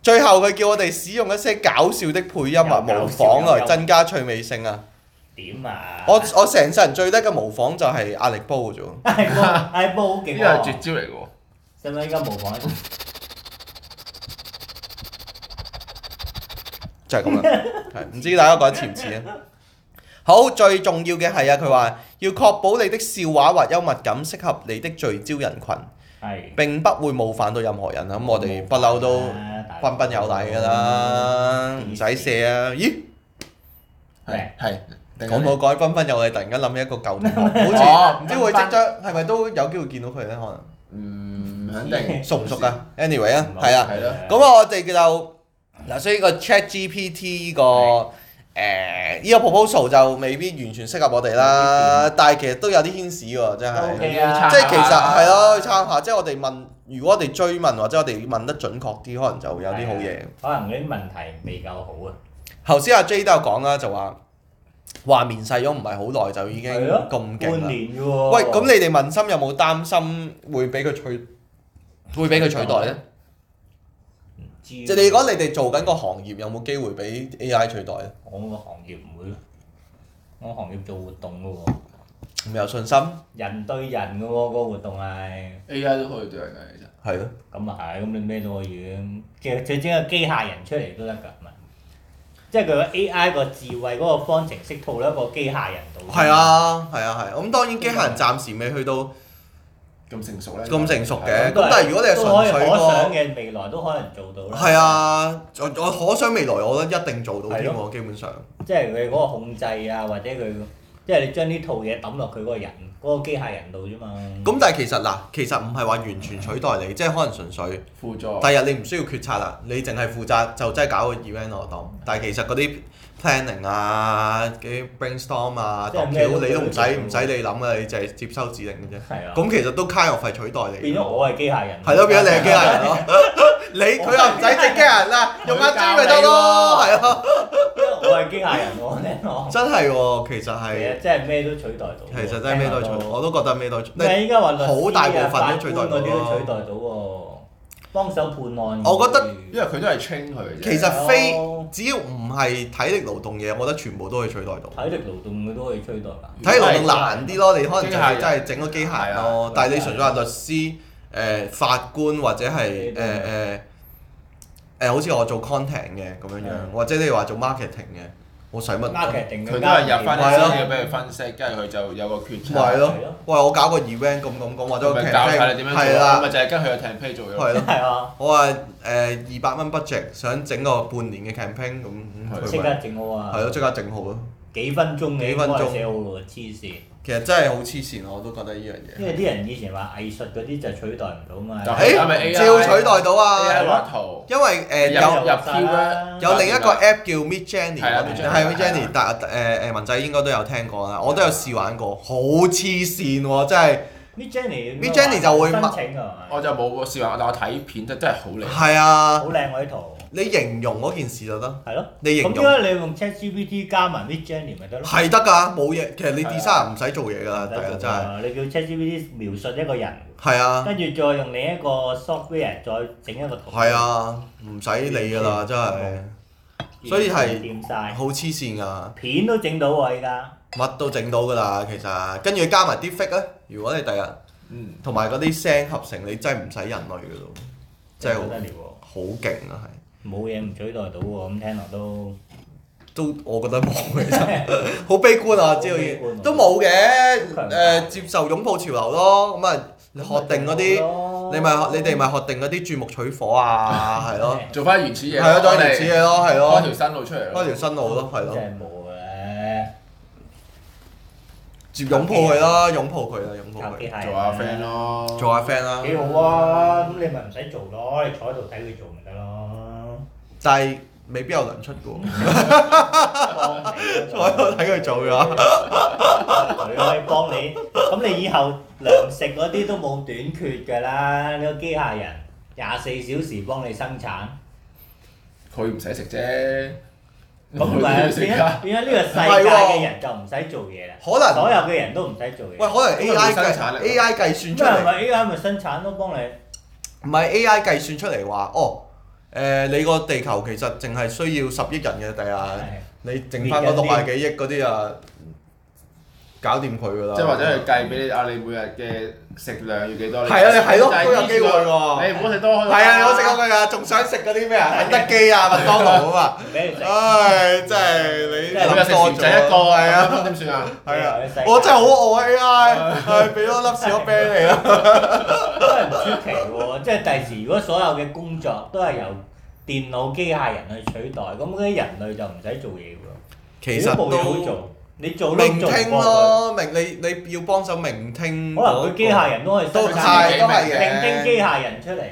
Speaker 1: 最後佢叫我哋使用一些搞笑的配音啊，
Speaker 2: 有搞笑
Speaker 1: 模仿來增加趣味性啊！
Speaker 2: 點啊？
Speaker 1: 我我成世人最叻嘅模仿就係壓力煲嘅啫喎。
Speaker 2: 係波係波好勁
Speaker 4: 呢個係絕
Speaker 2: 喎，
Speaker 4: 招嚟㗎
Speaker 2: 使唔使依家模仿一次？
Speaker 1: 就係咁啦。係唔知大家覺得似唔似啊？好，最重要嘅係啊，佢話要確保你的笑話或幽默感適合你的聚焦人群，
Speaker 2: 係。
Speaker 1: 並不會冒犯到任何人啊。咁我哋不嬲都
Speaker 2: À,
Speaker 1: 彬彬有禮㗎啦，唔使謝啊。咦？
Speaker 3: 係係，定
Speaker 1: 講
Speaker 3: 係
Speaker 1: 到講起彬彬有禮，突然間諗起一個舊同學，好
Speaker 4: 哦
Speaker 1: 似唔知會即將係咪都有機會見到佢咧？可能
Speaker 4: 唔肯定。
Speaker 1: 熟唔熟啊？Anyway 啊，
Speaker 2: Vâng.
Speaker 1: 係啊。
Speaker 4: 係咯
Speaker 1: 咁我哋就嗱，所以個 Chat GPT 呢個誒呢個 proposal 就未必完全適合我哋啦，但係其實都有啲牽使喎，真係。
Speaker 2: OK 啊，
Speaker 1: 即係其實係咯，去參考。即係我哋問，如果我哋追問或者我哋問得準確啲，可能就有啲好嘢。
Speaker 2: 可能嗰啲問題未夠好啊，
Speaker 1: 頭先阿 J 都有講啦，就話話面世咗唔係好耐就已經
Speaker 2: 係咯
Speaker 1: 咁勁
Speaker 2: 半
Speaker 1: 啦。
Speaker 2: 年啫喎。
Speaker 1: 喂，咁你哋問心有冇擔心會俾佢取會俾佢取代咧？
Speaker 2: 即
Speaker 1: 即係你講你哋做緊個行業有冇機會俾 AI 取代咧？
Speaker 2: 我個行業唔會咯，我行業做活動嘅喎，
Speaker 1: 唔有信心？
Speaker 2: 人對人嘅喎個活動係，
Speaker 4: AI 都可以對人嘅，其實。
Speaker 1: 係咯，
Speaker 2: 咁啊係，咁你咩都可以嘅，即係最整個機械人出嚟都得㗎，係咪？即係佢個 AI 個智慧嗰個方程式套喺一個機械人度。
Speaker 1: 係，啊，係啊，係啊。咁當然機械人暫時未去到
Speaker 4: 咁成熟咧。
Speaker 1: 咁成熟
Speaker 4: 係
Speaker 1: 嘅，
Speaker 4: 啊
Speaker 1: 咁但係如果你係
Speaker 2: 都可以
Speaker 1: 純粹
Speaker 2: 可想
Speaker 1: 個
Speaker 2: 嘅未來都可能做到啦。
Speaker 1: 係，啊，我我可想未來，我覺得一定做到添
Speaker 2: 係
Speaker 1: 喎，基本上
Speaker 2: 即係佢嗰個控制啊，或者佢即係你將呢套嘢抌落佢嗰個人嗰個機械人度啫嘛。
Speaker 1: 咁但係其實嗱，其實唔係話完全取代你，即係可能純粹
Speaker 4: 輔
Speaker 2: 哦
Speaker 4: 助。
Speaker 1: 第日你唔需要決策啦，你淨係負責就真係搞個 event 我當，但係其實嗰啲 planning 啊、啲 brainstorm 啊、
Speaker 2: 即
Speaker 1: 度橋
Speaker 2: 係咩都
Speaker 1: 你都唔使
Speaker 2: 佢做
Speaker 1: 唔使你諗啊，你就係接收指令嘅啫。
Speaker 2: 係啊。
Speaker 1: 咁其實都 kind of 係取代你
Speaker 2: 變咗
Speaker 1: 嘅。
Speaker 2: 我係機械人。
Speaker 1: 係咯，變咗你係機械人咯。你佢又唔使整機械人啦，用阿 J 咪得咯，係咯。
Speaker 2: 我係機械人，我聽我。
Speaker 1: 真係喎，其實
Speaker 2: 係啊
Speaker 1: 係，，
Speaker 2: 即係咩都取代到。
Speaker 1: 其實真係咩都取代，我都覺得咩都取
Speaker 2: 但係啊
Speaker 1: 代。
Speaker 2: 依家話律
Speaker 1: 好大部分都取代
Speaker 2: 嗰啲
Speaker 1: 到
Speaker 2: 都取代
Speaker 1: 咯。
Speaker 2: 到喎，幫手判案。
Speaker 1: 我覺得
Speaker 4: 因為佢都係 train 佢嘅啫。
Speaker 1: 其實非只要唔係體力勞動嘢，我覺得全部都可以取代到。
Speaker 2: 體力勞動佢都可以取代㗎。
Speaker 1: 體育運動難啲咯，你可能就係
Speaker 4: 機械人
Speaker 1: 真係整個機械人咯
Speaker 4: 係啊，
Speaker 1: 但係你純粹話律師、誒、法官或者係誒
Speaker 2: 呢啲
Speaker 1: 誒誒，好似我做 content 嘅咁樣樣，
Speaker 2: 嗯
Speaker 1: 或者你話做 marketing 嘅，我使乜？
Speaker 2: marketing
Speaker 4: 佢都係入翻
Speaker 1: 係咯
Speaker 4: 啲資料俾佢分析，跟住佢就有個決策。
Speaker 1: 咪係咯
Speaker 2: 係咯，
Speaker 1: 喂，我搞個 event 咁咁講，或者我
Speaker 4: 啊咪教晒你點樣做啊
Speaker 1: 係
Speaker 4: 咯，咪
Speaker 1: 啦，
Speaker 4: 就係跟佢嘅 template 做咗。
Speaker 1: 係咯。
Speaker 2: 係啊，
Speaker 1: 我話誒二百蚊 budget 想整個半年嘅 campaign 咁，嗯
Speaker 4: 係
Speaker 1: 佢
Speaker 2: 即
Speaker 1: 咪
Speaker 2: 刻整好啊！
Speaker 1: 係咯，即刻整好咯。
Speaker 2: 幾分鐘你
Speaker 1: 幾
Speaker 2: 應
Speaker 1: 分
Speaker 2: 該
Speaker 1: 鐘
Speaker 2: 係寫好咯喎，黐線！
Speaker 1: 其實真係好黐線，我都覺得呢樣嘢。
Speaker 2: 因為啲人以前話藝術嗰啲就取代唔到嘛。
Speaker 4: 但係咪
Speaker 1: 誒，
Speaker 4: AI
Speaker 1: 照取代到啊
Speaker 4: AI！畫圖，
Speaker 1: 因為誒
Speaker 4: 入
Speaker 1: 有
Speaker 4: 入 Q 咧，
Speaker 1: 有另一個 app 叫 Mid
Speaker 4: 係啊
Speaker 1: Journey，係
Speaker 4: ，Mid
Speaker 1: Mid
Speaker 4: Journey，係
Speaker 1: Journey，
Speaker 4: 啊
Speaker 1: 但誒誒文仔應該都有聽過啦，我都有試玩過，好黐線喎，真係
Speaker 2: Mid Journey
Speaker 1: Mid Journey 就會
Speaker 2: 申
Speaker 1: 乜
Speaker 2: 請㗎係
Speaker 4: 我
Speaker 2: 嘛？
Speaker 4: 就冇個試玩，但我睇片真真係好靚。
Speaker 1: 係啊！
Speaker 2: 好靚喎啲圖，
Speaker 1: 你形容嗰件事就得，
Speaker 2: 係咯。
Speaker 1: 你形
Speaker 2: 咁
Speaker 1: 容
Speaker 2: 點解你用 ChatGPT 加埋 Mid Journey 咪得咯？
Speaker 1: 係得㗎，冇嘢。其實你
Speaker 4: 係啊
Speaker 1: design 唔使做嘢㗎啦，大家
Speaker 2: 得
Speaker 1: 真係
Speaker 2: 㗎你叫 ChatGPT 描述一個人，
Speaker 1: 係啊，
Speaker 2: 跟住再用另一個 software 再整一個圖。
Speaker 1: 係，啊，唔使理㗎啦，真係所以係
Speaker 2: 掂晒
Speaker 1: 好黐線㗎，
Speaker 2: 片都整到喎，依家
Speaker 1: 乜都整到㗎啦，其實跟住加埋啲 fake 咧，如果你第日
Speaker 4: 嗯，
Speaker 1: 同埋嗰啲聲合成，你真係唔使人類㗎咯，真係
Speaker 2: 不
Speaker 1: 好
Speaker 2: 得了喎！
Speaker 1: 好勁啊，係。
Speaker 2: 冇嘢唔取代到喎，咁聽落都
Speaker 1: 都我覺得冇嘅，真係 好悲觀啊！知道
Speaker 2: 好悲觀
Speaker 1: 嘢
Speaker 2: 啊
Speaker 1: 都冇嘅，
Speaker 2: 好強
Speaker 1: 誒、
Speaker 2: 大
Speaker 1: 接受擁抱潮流咯，咁啊你學定嗰啲，
Speaker 2: 啲
Speaker 1: 你咪你哋咪學定嗰啲鑽木取火啊，係咯，
Speaker 4: 做翻原始嘢，
Speaker 1: 係咯，做原始嘢咯，係
Speaker 4: 我哋
Speaker 1: 咯
Speaker 4: 啊開，條新路出嚟咯。
Speaker 1: 開條新路咯，係咯，
Speaker 2: 真係冇嘅，
Speaker 1: 接擁抱佢啦，擁抱佢啦，擁抱
Speaker 2: 靠機啊
Speaker 1: 佢，
Speaker 2: 械
Speaker 4: 做下 friend 咯，
Speaker 1: 做下 friend 啦。
Speaker 2: 幾好啊！咁你咪唔使做咯，你坐喺度睇佢做咪得咯。
Speaker 1: 但係未必有糧出嘅喎， 坐
Speaker 2: 坐
Speaker 1: 喺度睇佢做㗎。
Speaker 2: 佢可以幫你。咁你以後糧食嗰啲都冇短缺㗎啦，你個機械人廿四小時幫你生產。
Speaker 4: 佢唔使食啫。
Speaker 2: 咁
Speaker 4: 佢
Speaker 2: 咪啊
Speaker 4: 要食
Speaker 2: 變
Speaker 4: 㗎
Speaker 2: 咗變咗呢個世
Speaker 1: 唔係
Speaker 2: 界
Speaker 1: 喎
Speaker 2: 嘅人就唔使做嘢啦，
Speaker 1: 可能
Speaker 2: 所有啊嘅人都唔使做嘢。
Speaker 1: 喂，可能
Speaker 4: 因為冇
Speaker 1: AI
Speaker 4: 生
Speaker 1: 計
Speaker 4: 產力
Speaker 1: AI 計算出
Speaker 2: 咁啊
Speaker 1: 嚟
Speaker 2: 咪。AI 咪生產咯，幫
Speaker 1: 唔
Speaker 2: 你。
Speaker 1: 係 AI 計算出嚟話，哦，誒、你個地球其實淨係需要十億人嘅，第日
Speaker 2: 係
Speaker 1: 你剩翻嗰六廿幾億嗰啲啊，搞掂佢㗎啦。
Speaker 4: 即係或者係計俾你啊，你每日嘅食量要幾多？
Speaker 1: 係啊，你係咯，
Speaker 4: 就
Speaker 1: 都有機會
Speaker 4: 你
Speaker 1: 喎。
Speaker 4: 唔好食多開。
Speaker 1: 係啊，我食過佢㗎，仲想食嗰啲咩啊，肯德基啊、麥當勞啊嘛。
Speaker 2: 唔俾你食。
Speaker 1: 唉，真係你
Speaker 4: 每日
Speaker 1: 諗
Speaker 4: 食
Speaker 1: 多
Speaker 4: 薯
Speaker 1: 咗
Speaker 4: 仔一個，
Speaker 1: 係
Speaker 4: 係
Speaker 1: 啊，
Speaker 4: 啊，點算啊？
Speaker 1: 係啊
Speaker 2: 你話你世界，
Speaker 1: 我真係好愛 AI，係俾多粒士多啤你啊。
Speaker 2: 都係唔出奇喎，即係第時如果所有嘅工作都係由電腦機械人去取代，咁嗰啲人類就唔使做嘢喎。
Speaker 1: 其
Speaker 2: 你
Speaker 1: 實
Speaker 2: 冇嘢好
Speaker 1: 都
Speaker 2: 做，你做都
Speaker 1: 明
Speaker 2: 做唔
Speaker 1: 聽
Speaker 2: 過
Speaker 1: 咯，明你你要幫手明聽
Speaker 2: 佢。
Speaker 1: 嗰
Speaker 2: 可
Speaker 1: 個。
Speaker 2: 能佢機械人都可以
Speaker 1: 都
Speaker 2: 生產
Speaker 1: 係都係
Speaker 2: 明
Speaker 1: 嘅，
Speaker 2: 聽機械人出嚟，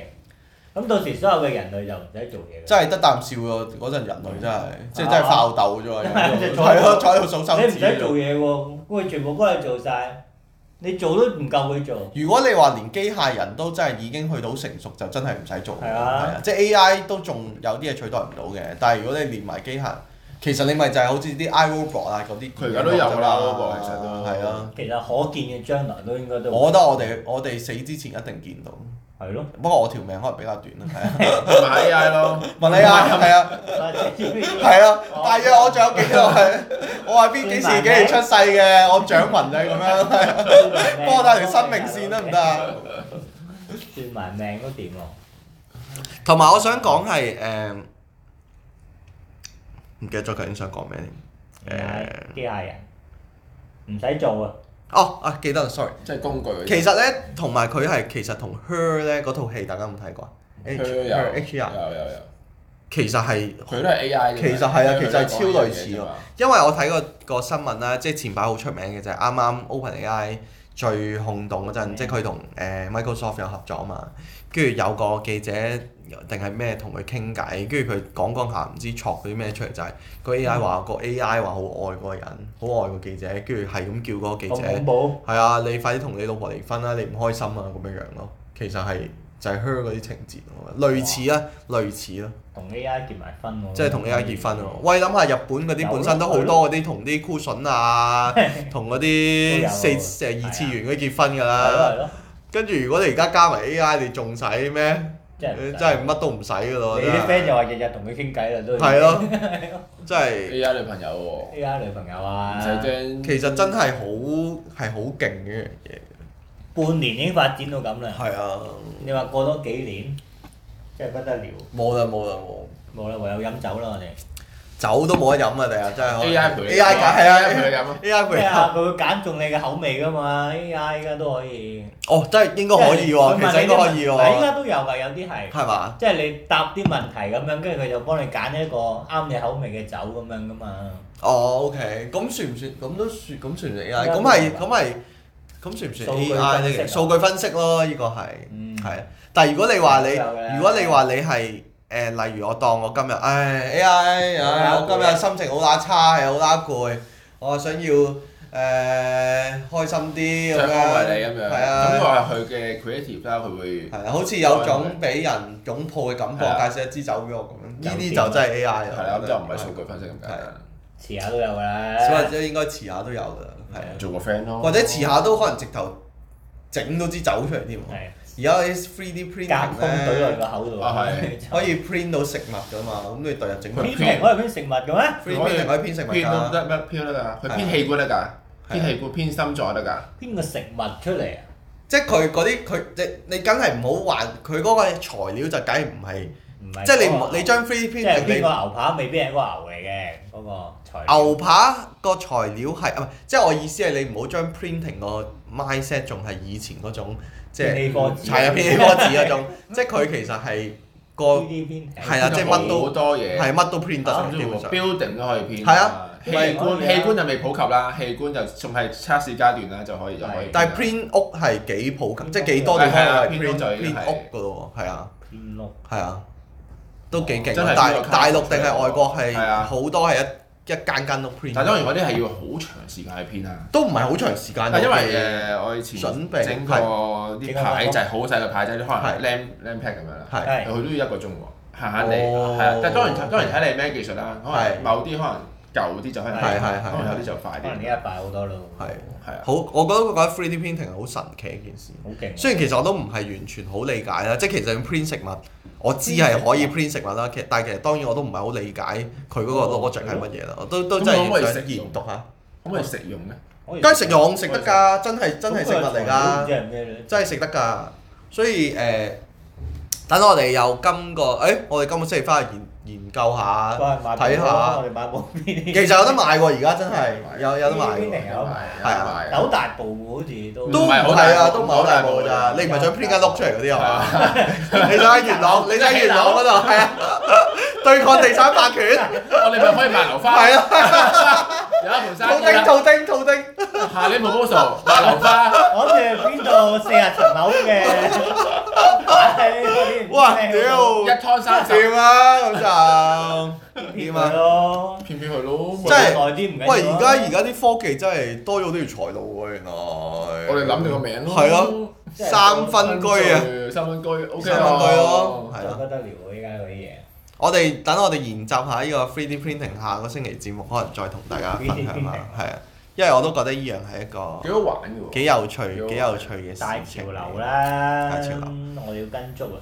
Speaker 2: 咁到時所有嘅人類就唔使做嘢㗎。
Speaker 1: 真係得啖笑喎！嗰陣人類真係，即係真係
Speaker 2: 啊
Speaker 1: 爆豆啫喎，
Speaker 2: 即係坐
Speaker 1: 係咯，坐喺度數手
Speaker 2: 你唔
Speaker 1: 指
Speaker 2: 使
Speaker 1: 喺
Speaker 2: 做
Speaker 1: 度。
Speaker 2: 嘢喎，佢全部幫你做晒，你做都唔夠佢做。
Speaker 1: 如果你話連機械人都真係已經去到成熟，就真係唔使做。
Speaker 2: 係啊
Speaker 1: 即係 AI 都仲有啲嘢取代唔到嘅，但係如果你連埋機械，其實你咪就係好似啲 iRobot 啊嗰啲，
Speaker 4: 佢而家都有㗎啦，iRobot 其實都
Speaker 1: 係啊。
Speaker 2: 其實可見嘅將來都應該都
Speaker 1: 我覺得我哋我哋死之前一定見到，
Speaker 2: 係咯，
Speaker 1: 不過我條命可能比較短啦，係啊。
Speaker 4: 同埋 AI 咯，
Speaker 1: 問你啊，係啊。係啊，大約我仲有幾耐？ 我話邊幾時幾時出世嘅？我掌紋就係咁樣， 幫我帶條生命線得唔得啊？
Speaker 2: 算埋命都掂喎，
Speaker 1: 同埋我想講係誒，唔記得咗究竟想講咩
Speaker 2: 而
Speaker 1: 添？誒
Speaker 2: 家機械人唔使做啊，
Speaker 1: 哦啊，記得啦，sorry。
Speaker 4: 即係工具嗰啲。
Speaker 1: 其實咧，同埋佢係其實同 Her 咧嗰套戲，大家有冇睇過啊？H
Speaker 4: 佢有
Speaker 1: Her H
Speaker 4: 有
Speaker 1: R
Speaker 4: 有有，
Speaker 1: 其實係
Speaker 4: 佢都係 AI 嘅。
Speaker 1: 其實係啊，其實係超類似
Speaker 4: 因為佢都係講一樣嘢啫
Speaker 1: 喎
Speaker 4: 嘛。
Speaker 1: 因為我睇過個新聞啦，即係前排好出名嘅就係啱啱 OpenAI 最轟動嗰陣，即係佢同誒 Microsoft 有合作嘛，跟住有個記者定係咩同佢傾偈，跟住佢講講下唔知戳嗰啲咩出嚟，就係個 AI 話個 AI 話好愛嗰個人，好愛個記者，跟住係咁叫嗰個記
Speaker 2: 咁恐
Speaker 1: 者
Speaker 2: 怖，
Speaker 1: 係啊，你快啲同你老婆離婚啦，你唔開心啊咁樣樣咯，其實係就係 her 嗰啲情節咯，類似啊，類似咯。
Speaker 2: 同 AI 結埋婚喎，
Speaker 1: 即係同 AI 結婚喎。喂，諗下日本嗰啲本身都好多嗰啲同啲 cushion 啊，同嗰
Speaker 2: 都有
Speaker 1: 啲
Speaker 2: 啊
Speaker 1: 四四二次元嗰啲結婚㗎
Speaker 2: 係啊咯係
Speaker 1: 啦。
Speaker 2: 咯，
Speaker 1: 跟住如果你而家加埋 AI，你仲使咩？
Speaker 2: 即係唔
Speaker 1: 真
Speaker 2: 使
Speaker 1: 係乜都唔使㗎咯。
Speaker 2: 你
Speaker 1: 真
Speaker 2: 啲
Speaker 1: 係
Speaker 2: friend 就話日日同佢傾偈啦都已經
Speaker 1: 係咯，真係
Speaker 4: AI 女朋友
Speaker 2: AI 女朋友啊
Speaker 4: 喎，唔，使將
Speaker 1: 其實真係好係好勁嘅一樣嘢。
Speaker 2: 半年已經發展到咁啦。
Speaker 1: 係啊，
Speaker 2: 你話過多幾年，真係不得了。
Speaker 1: 冇啦冇啦冇。
Speaker 2: 冇啦，唯有飲酒啦，我哋。
Speaker 1: 酒都冇得飲啊！第日真係可能
Speaker 4: AI 陪你
Speaker 1: AI 梗係
Speaker 4: 陪
Speaker 1: 啦
Speaker 4: 你飲啊！
Speaker 1: ，AI 陪你飲
Speaker 2: 佢會揀中你嘅口味㗎嘛？AI 依家都可以，
Speaker 1: 哦，真係應該
Speaker 2: 都
Speaker 1: 可 以喎，其實應該可以
Speaker 2: 依家
Speaker 1: 喎，
Speaker 2: 都有㗎，有啲係。
Speaker 1: 係嘛？
Speaker 2: 即係你答啲問題咁樣，跟住佢就幫你揀一個啱你口味嘅酒咁樣噶嘛。
Speaker 1: 哦，OK，咁算唔算？咁都算，咁算唔算 AI？
Speaker 2: 應該
Speaker 1: 咁
Speaker 2: 都
Speaker 1: 係，
Speaker 2: 係
Speaker 1: 咁係，咁算唔算
Speaker 2: 數據
Speaker 1: AI 呢？其實
Speaker 2: 分析啊
Speaker 1: 數據分析咯，呢個係
Speaker 2: 嗯，
Speaker 1: 係啊。但係如果你話你
Speaker 2: 都有嘅，
Speaker 1: 如果你話你係誒，例如我當我今日，唉 AI，唉，我今日心情好乸差，係好乸攰，我想要誒開心啲
Speaker 4: 想
Speaker 1: 咁
Speaker 4: 安慰
Speaker 1: 樣，
Speaker 4: 你咁樣，
Speaker 1: 啊係啊
Speaker 4: 咁我係佢嘅 creative 啦，佢會
Speaker 1: 係啊，好似有種俾人擁抱嘅感覺，介紹一支酒俾我咁樣，呢啲就真係 AI 啦。
Speaker 4: 啊係啊啦，咁就唔係數
Speaker 1: 啊係啊
Speaker 4: 據分析咁簡單，
Speaker 2: 遲下都有㗎
Speaker 1: 小或
Speaker 2: 啦。
Speaker 1: 者應該遲下都有㗎，係啊，
Speaker 4: 做個 friend 咯。
Speaker 1: 或者遲下都可能直頭整到支酒出嚟添喎。
Speaker 2: 係
Speaker 1: 而家啲 3D
Speaker 2: 隔
Speaker 1: printing
Speaker 2: 空懟落
Speaker 1: 咧，
Speaker 2: 個口度。
Speaker 4: 啊係
Speaker 1: 可以 print 到食物㗎嘛，咁你第日整個
Speaker 2: 編
Speaker 1: 3D
Speaker 2: 程可以編食物嘅咩？
Speaker 1: printing 可以編食物
Speaker 4: 編都
Speaker 1: 㗎，
Speaker 4: 得咩？編都得㗎，佢
Speaker 1: 係啊
Speaker 4: 編器官得㗎，
Speaker 1: 係啊
Speaker 4: 編器官編心臟得㗎。
Speaker 2: 編個食物出嚟啊！
Speaker 1: 即係佢嗰啲佢即你梗係唔好幻佢嗰個材料就梗係唔係，
Speaker 2: 唔係
Speaker 1: 即係你唔
Speaker 2: 嗰個
Speaker 1: 你將 3D
Speaker 2: 即係編
Speaker 1: printing
Speaker 2: 個
Speaker 1: 你
Speaker 2: 牛扒未必係嗰個牛嚟嘅嗰個材料。
Speaker 1: 牛扒個材料係啊唔係，即係我意思係你唔好將 printing 個 mindset 仲係以前嗰種即係。
Speaker 2: A 4紙。
Speaker 1: 係啊，P A 波紙嗰種，即係佢其實係 個
Speaker 2: 3D 編
Speaker 1: 係啊即係乜都
Speaker 4: 好多嘢，
Speaker 1: 係乜都 print
Speaker 2: 啊
Speaker 1: 得，
Speaker 4: 甚
Speaker 1: 基
Speaker 4: 至乎
Speaker 1: 本上
Speaker 4: building 都可以編。
Speaker 1: 係啊
Speaker 4: 器
Speaker 2: 咪
Speaker 4: 官
Speaker 2: 可以啊
Speaker 4: 器官就未普及啦，器官就仲係測試階段啦，就可以就可以
Speaker 2: 係。
Speaker 1: 但係 print 屋係幾普及，即係幾多地方係 print
Speaker 4: 係係啊，print 屋就已經
Speaker 1: print
Speaker 4: 係
Speaker 1: 屋噶咯喎，係啊，
Speaker 2: 編碌。
Speaker 1: 係啊，都幾勁
Speaker 4: 真
Speaker 1: 啊。
Speaker 4: 係
Speaker 1: 大
Speaker 4: print 個
Speaker 1: 大
Speaker 4: card
Speaker 1: 陸定係外國
Speaker 4: 出嚟係啊
Speaker 1: 係好多係一一間間都 print，
Speaker 4: 但係當然嗰啲係要好長時間去編啦。
Speaker 1: 都唔係好長時間
Speaker 4: 但
Speaker 1: 嘅。
Speaker 4: 因為誒，我以前
Speaker 1: 準備
Speaker 4: 整個啲牌仔好細嘅牌仔，啲可
Speaker 1: 係
Speaker 4: 能 lam lam pad 咁樣啦，
Speaker 1: 係
Speaker 2: 係
Speaker 4: 佢都要一個鐘喎，閒閒地
Speaker 1: 哦
Speaker 4: 係啊。但係當然當然睇你咩技術啦，可
Speaker 1: 係
Speaker 4: 能某啲可能舊啲就可能
Speaker 1: 係係係
Speaker 4: 可能有啲就快
Speaker 2: 可
Speaker 4: 啲
Speaker 2: 能呢，一塊好多咯。
Speaker 1: 係
Speaker 4: 係啊。
Speaker 1: 好，我覺得覺得 three D printing 係好神奇一件事。
Speaker 2: 好勁。
Speaker 1: 雖然其實我都唔係完全好理解啦，即係其實 print 食物，我知係可以 print 食物啦，其實但係其實當然我都唔係好理解佢嗰個 logic 係乜嘢啦，我都都真
Speaker 4: 哦咁可唔可以
Speaker 1: 係
Speaker 4: 食
Speaker 1: 想研讀下。
Speaker 4: 可唔可以食用咧？
Speaker 2: 可以
Speaker 1: 梗係食用食得㗎，真係真係食物嚟
Speaker 2: 咁佢嘅材料唔知
Speaker 1: 㗎，
Speaker 2: 係咩咧？
Speaker 1: 真係食得㗎。所以誒、呃等我哋有今個誒、我哋今個星期翻去研研究下，
Speaker 2: 翻去買
Speaker 1: 睇
Speaker 2: 部啦
Speaker 1: 下
Speaker 2: 我哋買部
Speaker 1: 其
Speaker 2: BD
Speaker 1: 實有得賣喎，而家真係有有得賣
Speaker 2: BD
Speaker 1: 喎。
Speaker 2: 嚟有得賣
Speaker 1: 係啊
Speaker 4: 賣
Speaker 2: 但好大部好似都
Speaker 1: 都唔
Speaker 4: 唔係好
Speaker 1: 係啊，
Speaker 4: 大部
Speaker 1: 都唔係好大部㗎咋，
Speaker 4: 唔係好大部㗎
Speaker 1: 你唔係想 print 間屋出嚟嗰啲係 嘛？你想喺元朗，你想喺元朗嗰度係啊，對抗地產 霸權
Speaker 4: 我哋咪可以賣樓花，
Speaker 1: 係啊，
Speaker 4: 有一盤
Speaker 1: 套
Speaker 4: 生意
Speaker 1: 丁
Speaker 4: 啦。
Speaker 1: 套丁套丁，
Speaker 4: 下年 proposal 賣樓花，
Speaker 2: 我哋邊度四十層樓嘅？唉嗰啲唔知咩
Speaker 1: 哇
Speaker 2: 喎
Speaker 1: 屌
Speaker 4: 一湯三十，
Speaker 1: 掂啦 咁就掂
Speaker 2: 咪
Speaker 1: 啊！
Speaker 2: 咯，
Speaker 4: 偏偏去咯。
Speaker 1: 真係
Speaker 2: 耐啲唔緊要啊
Speaker 1: 喂，而家而家啲科技真係多咗都要財路喎，原來。我
Speaker 4: 我哋諗住個名咯。
Speaker 1: 係咯，
Speaker 2: 真係
Speaker 1: 三分居啊，
Speaker 4: 三分居，OK 啊
Speaker 1: 三分居咯，啊係
Speaker 2: 真
Speaker 1: 咯。
Speaker 2: 係不得了喎！依家嗰啲嘢
Speaker 1: 我哋等我哋研習下呢個 3D printing，下個星期節目可能再同大家分
Speaker 2: 3D
Speaker 1: 享
Speaker 2: printing
Speaker 1: 下，係啊，因為我都覺得呢樣係一個
Speaker 4: 幾好玩嘅喎。
Speaker 1: 幾有趣、幾
Speaker 4: 幾
Speaker 1: 有
Speaker 4: 好
Speaker 1: 趣嘅
Speaker 2: 大
Speaker 1: 事
Speaker 2: 潮
Speaker 1: 情。
Speaker 2: 流！啦，
Speaker 1: 大潮流
Speaker 2: 我要跟足啊！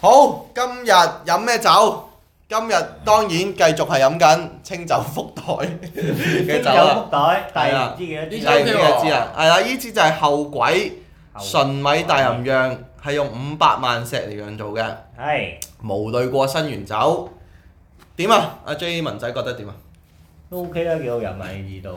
Speaker 1: 好，今日飲咩酒？今日當然繼續係飲緊清酒福袋嘅酒
Speaker 2: 有
Speaker 1: 啦。
Speaker 2: 福袋，但
Speaker 1: 係
Speaker 2: 係
Speaker 1: 啊
Speaker 2: 唔知幾多
Speaker 1: 呢
Speaker 4: 呢
Speaker 1: 支
Speaker 4: 支
Speaker 2: 支
Speaker 1: 嘅
Speaker 4: OK 喎
Speaker 1: 知啦，係啦，呢支就係後鬼
Speaker 2: 後
Speaker 1: 純米大吟釀，係用五百萬石嚟釀造嘅，
Speaker 2: 係
Speaker 1: 無濾過新原酒。點啊？阿 J 文仔覺得點啊？
Speaker 2: 都 OK 啦，幾好飲啊！呢支都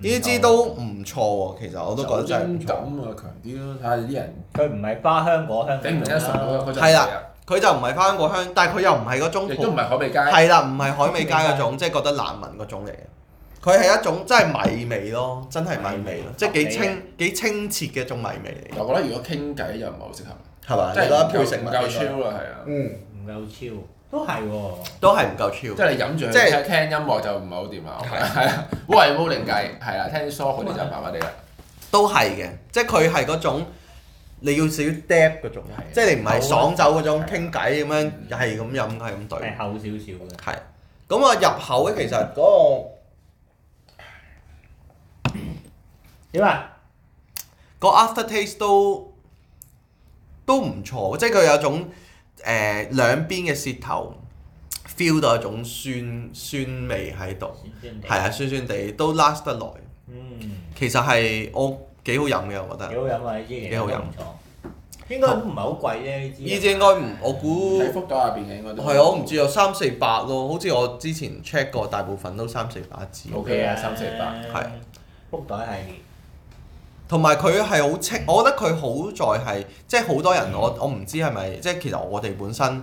Speaker 1: 呢支都唔錯喎，其實我都覺得真係唔
Speaker 4: 酒
Speaker 1: 錯。
Speaker 4: 精感啊強啲咯，睇下啲人
Speaker 2: 佢唔係花香果香
Speaker 4: 頂唔頂得順嗰個嗰陣
Speaker 1: 嗯係
Speaker 4: 味
Speaker 1: 啦
Speaker 4: 啊，
Speaker 1: 佢就唔係翻過香，但係佢又唔係嗰種
Speaker 4: 亦都唔係可味街。
Speaker 1: 係啦，唔係海味街嗰種，即係覺得難聞嗰種嚟嘅。佢係一種真係米味咯，真係米味咯，即係幾清幾清澈嘅一種米味嚟嘅，
Speaker 4: 我覺得如果傾偈又唔係好適合，
Speaker 1: 係嘛？
Speaker 4: 即
Speaker 1: 啊
Speaker 4: 係
Speaker 1: 你覺得
Speaker 4: 唔
Speaker 1: 配食
Speaker 4: 夠唔
Speaker 1: 物
Speaker 4: 夠
Speaker 1: 應該
Speaker 4: chill 啦，係啊。
Speaker 1: 嗯，
Speaker 2: 唔夠超，都係喎。
Speaker 1: 都係唔夠
Speaker 4: 即
Speaker 1: chill。
Speaker 4: 係你飲住
Speaker 1: 即
Speaker 4: 即
Speaker 1: 係
Speaker 4: 係聽音樂就唔係好掂啦，我覺得係啊啦，烏維烏靈計係啊啦，聽啲 soft 嗰啲就麻麻地啦，
Speaker 1: 都係嘅，即係佢係嗰種你要少少 depth 嗰種，
Speaker 4: 係啊
Speaker 1: 即係你唔係爽酒嗰種
Speaker 4: 係啊
Speaker 1: 傾偈咁樣，係咁飲係咁對。
Speaker 2: 係厚少少嘅，
Speaker 1: 係。咁啊，入口咧其實嗰個
Speaker 2: 點啊？
Speaker 1: 個 after taste 都都唔錯，即係佢有種誒、呃、兩邊嘅舌頭 feel 到一種酸酸味喺度，係
Speaker 2: 係，
Speaker 1: 啊，酸酸地都 last 得耐。
Speaker 2: 嗯，
Speaker 1: 其實係我幾好飲嘅，我覺
Speaker 2: 幾
Speaker 1: 得。
Speaker 2: 好飲啊！呢支嘢
Speaker 1: 幾好飲
Speaker 2: 唔錯，應該都唔係好貴啫呢支。
Speaker 1: 呢支應該唔，我估
Speaker 4: 喺福島入邊嘅應該都
Speaker 1: 係我唔知有三四百咯，好似我之前 check 過，大部分都三四百一支。
Speaker 4: 好 OK 啊三四百
Speaker 1: 係。
Speaker 2: 福袋系列。
Speaker 1: 同埋佢係好清，我覺得佢好在係，即係好多人我我唔知係咪，即係其實我哋本身誒、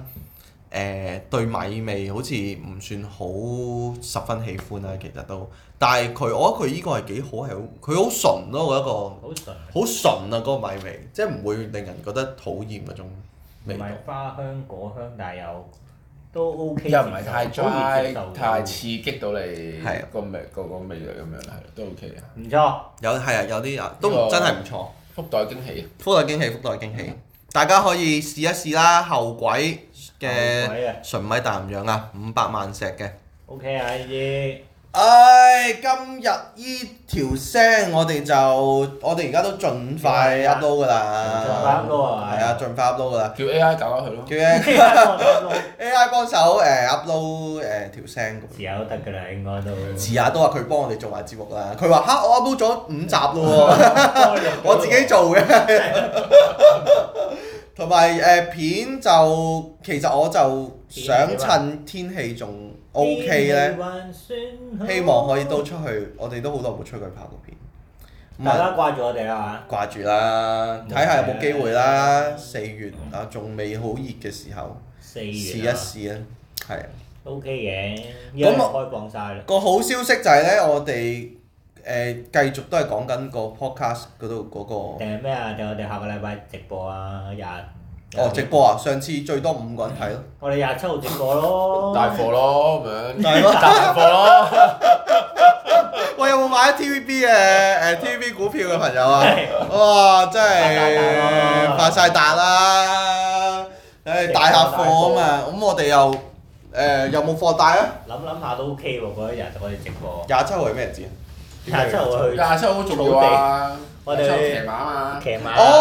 Speaker 1: 呃、對米味好似唔算好十分喜歡啦，其實都，但係佢我覺得佢呢個係幾好，係好佢好純咯，我覺得個
Speaker 2: 好純，
Speaker 1: 好純啊嗰、個米味，即係唔會令人覺得討厭嗰種
Speaker 2: 唔
Speaker 1: 味道。
Speaker 2: 係花香果香，但係又都 OK，
Speaker 4: 又唔係太
Speaker 2: 接受可以接受
Speaker 4: dry，
Speaker 2: 到
Speaker 4: 太刺激到你
Speaker 1: 係啊
Speaker 4: 個味個個味蕾咁樣，係都 OK 嘅。
Speaker 2: 唔錯，
Speaker 1: 有係啊，有啲啊都
Speaker 4: 呢個
Speaker 1: 真係唔錯，
Speaker 4: 福袋驚喜，
Speaker 1: 福袋驚喜，福袋驚喜，大家可以試一試啦，後鬼
Speaker 2: 後鬼啊
Speaker 1: 嘅純米大吟釀啊，五百萬石嘅。
Speaker 2: OK 啊呢啲，
Speaker 1: 唉，今日依條聲我哋就我哋而家都盡快 upload 噶啦，
Speaker 2: 啊盡快 upload 啊
Speaker 1: 係啊，盡快 upload 噶啦，
Speaker 4: 叫 AI 搞搞佢咯。
Speaker 1: 叫 A-
Speaker 2: 呢個
Speaker 1: AI 幫手誒 upload 誒條聲咁。
Speaker 2: 時有得㗎啦，應該都。
Speaker 1: 遲下都話佢幫我哋做埋節目啦，佢話吓我 upload 咗五集咯 喎， 我自己做嘅。 同埋誒片就其實我就想
Speaker 2: 啊
Speaker 1: 趁天氣仲 OK 咧，
Speaker 2: 咧
Speaker 1: 希望可以都出去，我哋都好耐冇出去拍過片。咁
Speaker 2: 大
Speaker 1: 啊
Speaker 2: 家掛住我哋啦
Speaker 1: 掛住啦，睇下有冇機會啦。四月啊，仲未好熱嘅時候，
Speaker 2: 嚇，四
Speaker 1: 試
Speaker 2: 月
Speaker 1: 一試啊。係啊，
Speaker 2: OK 嘅，依家
Speaker 1: 咁
Speaker 2: 開放晒啦，
Speaker 1: 個好消息就係咧，我哋誒繼續都係講緊個 podcast 嗰度嗰
Speaker 2: 定係咩啊？定係我哋下個禮拜直播啊，廿
Speaker 1: 個哦直，播啊。上次最多五個人 睇咯，
Speaker 2: 我哋廿七號直播 咯，
Speaker 4: 大貨咯咁樣，
Speaker 1: 大貨
Speaker 4: 大貨咯，
Speaker 1: 喂，有冇買 TVB 啊 嘅誒 TVB 股票嘅朋友啊？哇，真係發
Speaker 2: 發
Speaker 1: 晒
Speaker 2: 晒
Speaker 1: 達啦！誒
Speaker 2: 直播
Speaker 1: 大下
Speaker 2: 大
Speaker 1: 貨啊
Speaker 2: 貨
Speaker 1: 嘛，咁我哋又誒有冇貨帶啊？
Speaker 2: 諗諗下都 OK 喎，嗰一日我哋直播，
Speaker 1: 廿七號係咩日子啊？
Speaker 2: 廿七號去
Speaker 4: 廿七好重要啊！
Speaker 2: 我哋
Speaker 4: 廿七號騎馬啊嘛，啊
Speaker 2: 騎 馬，
Speaker 1: 哦，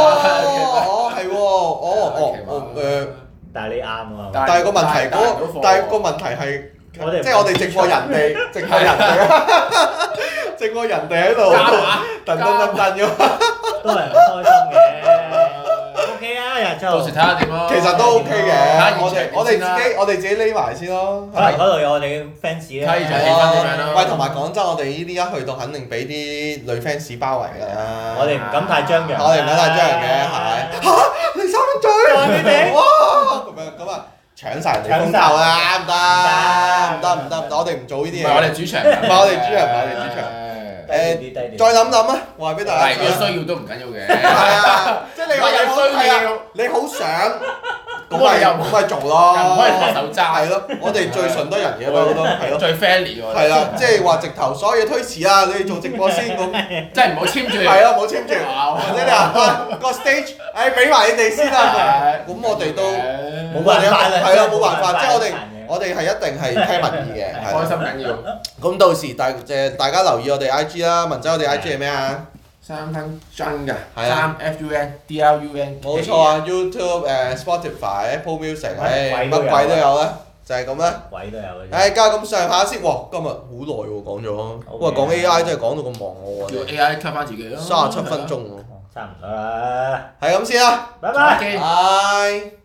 Speaker 1: 哦，哦係喎，哦，哦，哦，誒，
Speaker 2: 但係你啱啊
Speaker 4: 但
Speaker 1: 但係個問題嗰，但係個問題係，
Speaker 2: 我哋唔
Speaker 1: 即係我哋直播人哋，直播人哋， 直播人哋喺度，
Speaker 4: 加碼
Speaker 1: 噔噔噔噔咁，
Speaker 2: 都係唔開心嘅。OK 啊，廿七號
Speaker 4: 到時睇下點咯。
Speaker 1: 其實都 OK 嘅。我哋
Speaker 4: 睇現場
Speaker 1: 我哋自
Speaker 4: 先啦
Speaker 1: 己我哋自己匿埋先咯，係
Speaker 2: 可能
Speaker 1: 咪
Speaker 2: 嗰？度有我哋嘅 fans 咧，
Speaker 4: 睇現場
Speaker 1: 係
Speaker 4: 氣氛點樣
Speaker 1: 啊
Speaker 4: 咯
Speaker 1: 喂，同埋講真，我哋呢啲一去到肯定俾啲女 fans 包圍㗎啦。
Speaker 2: 我哋唔敢太張揚，
Speaker 1: 我哋唔敢太張揚嘅，
Speaker 2: À.
Speaker 1: 係嚇你三分醉，
Speaker 2: 你哋
Speaker 1: 哇咁樣咁啊，搶晒人哋風頭啦，唔得唔得唔得唔得，我哋唔做呢
Speaker 4: 唔
Speaker 1: 啲
Speaker 4: 係我
Speaker 1: 嘢。
Speaker 4: 哋主場，
Speaker 1: 唔係我哋主場唔係我哋主場
Speaker 4: 主
Speaker 2: 係低調啲低調啲
Speaker 1: 再諗諗啊，我話俾大家
Speaker 4: 但係
Speaker 1: 知啊。
Speaker 4: 有需要都唔緊要
Speaker 1: 係
Speaker 4: 嘅，
Speaker 1: 啊，即係你話你好
Speaker 4: 如果有需要
Speaker 1: 係啊你好想，咁
Speaker 4: 咁我
Speaker 1: 咪
Speaker 4: 哋又唔
Speaker 1: 咁咪做咯，
Speaker 4: 又唔可以拖
Speaker 1: 係
Speaker 4: 手揸，
Speaker 1: 咯，我哋最順得人嘅嘛，我都係咯。
Speaker 4: 最 friendly 喎。
Speaker 1: 係啦，即係話直頭所有嘢推遲啊！你做直播先咁，
Speaker 4: 即係唔好簽住。
Speaker 1: 係啦，冇簽住，
Speaker 4: 哇
Speaker 1: 或者你話啊個 stage，誒俾埋你哋先
Speaker 4: Dạ.
Speaker 1: 啦。啊 咁我哋都
Speaker 2: 冇辦法啦，
Speaker 1: 係啊，冇辦法，即係我哋
Speaker 2: 哋
Speaker 1: 我哋係一定係聽民意嘅，係
Speaker 4: 開
Speaker 1: 啦。
Speaker 4: 心緊要，
Speaker 1: 咁到時大誒大家留意我哋 I G 啦，文仔我哋 I G 係咩啊？
Speaker 4: 三分真㗎，
Speaker 1: 係啊
Speaker 4: 三 F U N D R U N，
Speaker 1: 冇錯啊，YouTube 誒 Spotify Apple Music，誒乜
Speaker 2: 乜鬼都有
Speaker 1: 鬼都有啊啦，就係咁啦。
Speaker 2: 位都有嘅啫。
Speaker 1: 誒，加咁上下先，哇！今日好耐喎，講咗，哇！講 A I 真係講到咁忙我
Speaker 4: 叫
Speaker 1: 喎，
Speaker 4: A I cut 翻自己咯。
Speaker 1: 三十七分鐘喎，
Speaker 2: 差唔多啦，
Speaker 1: 係咁先啦，
Speaker 2: 拜拜
Speaker 4: 打。機。
Speaker 1: 拜。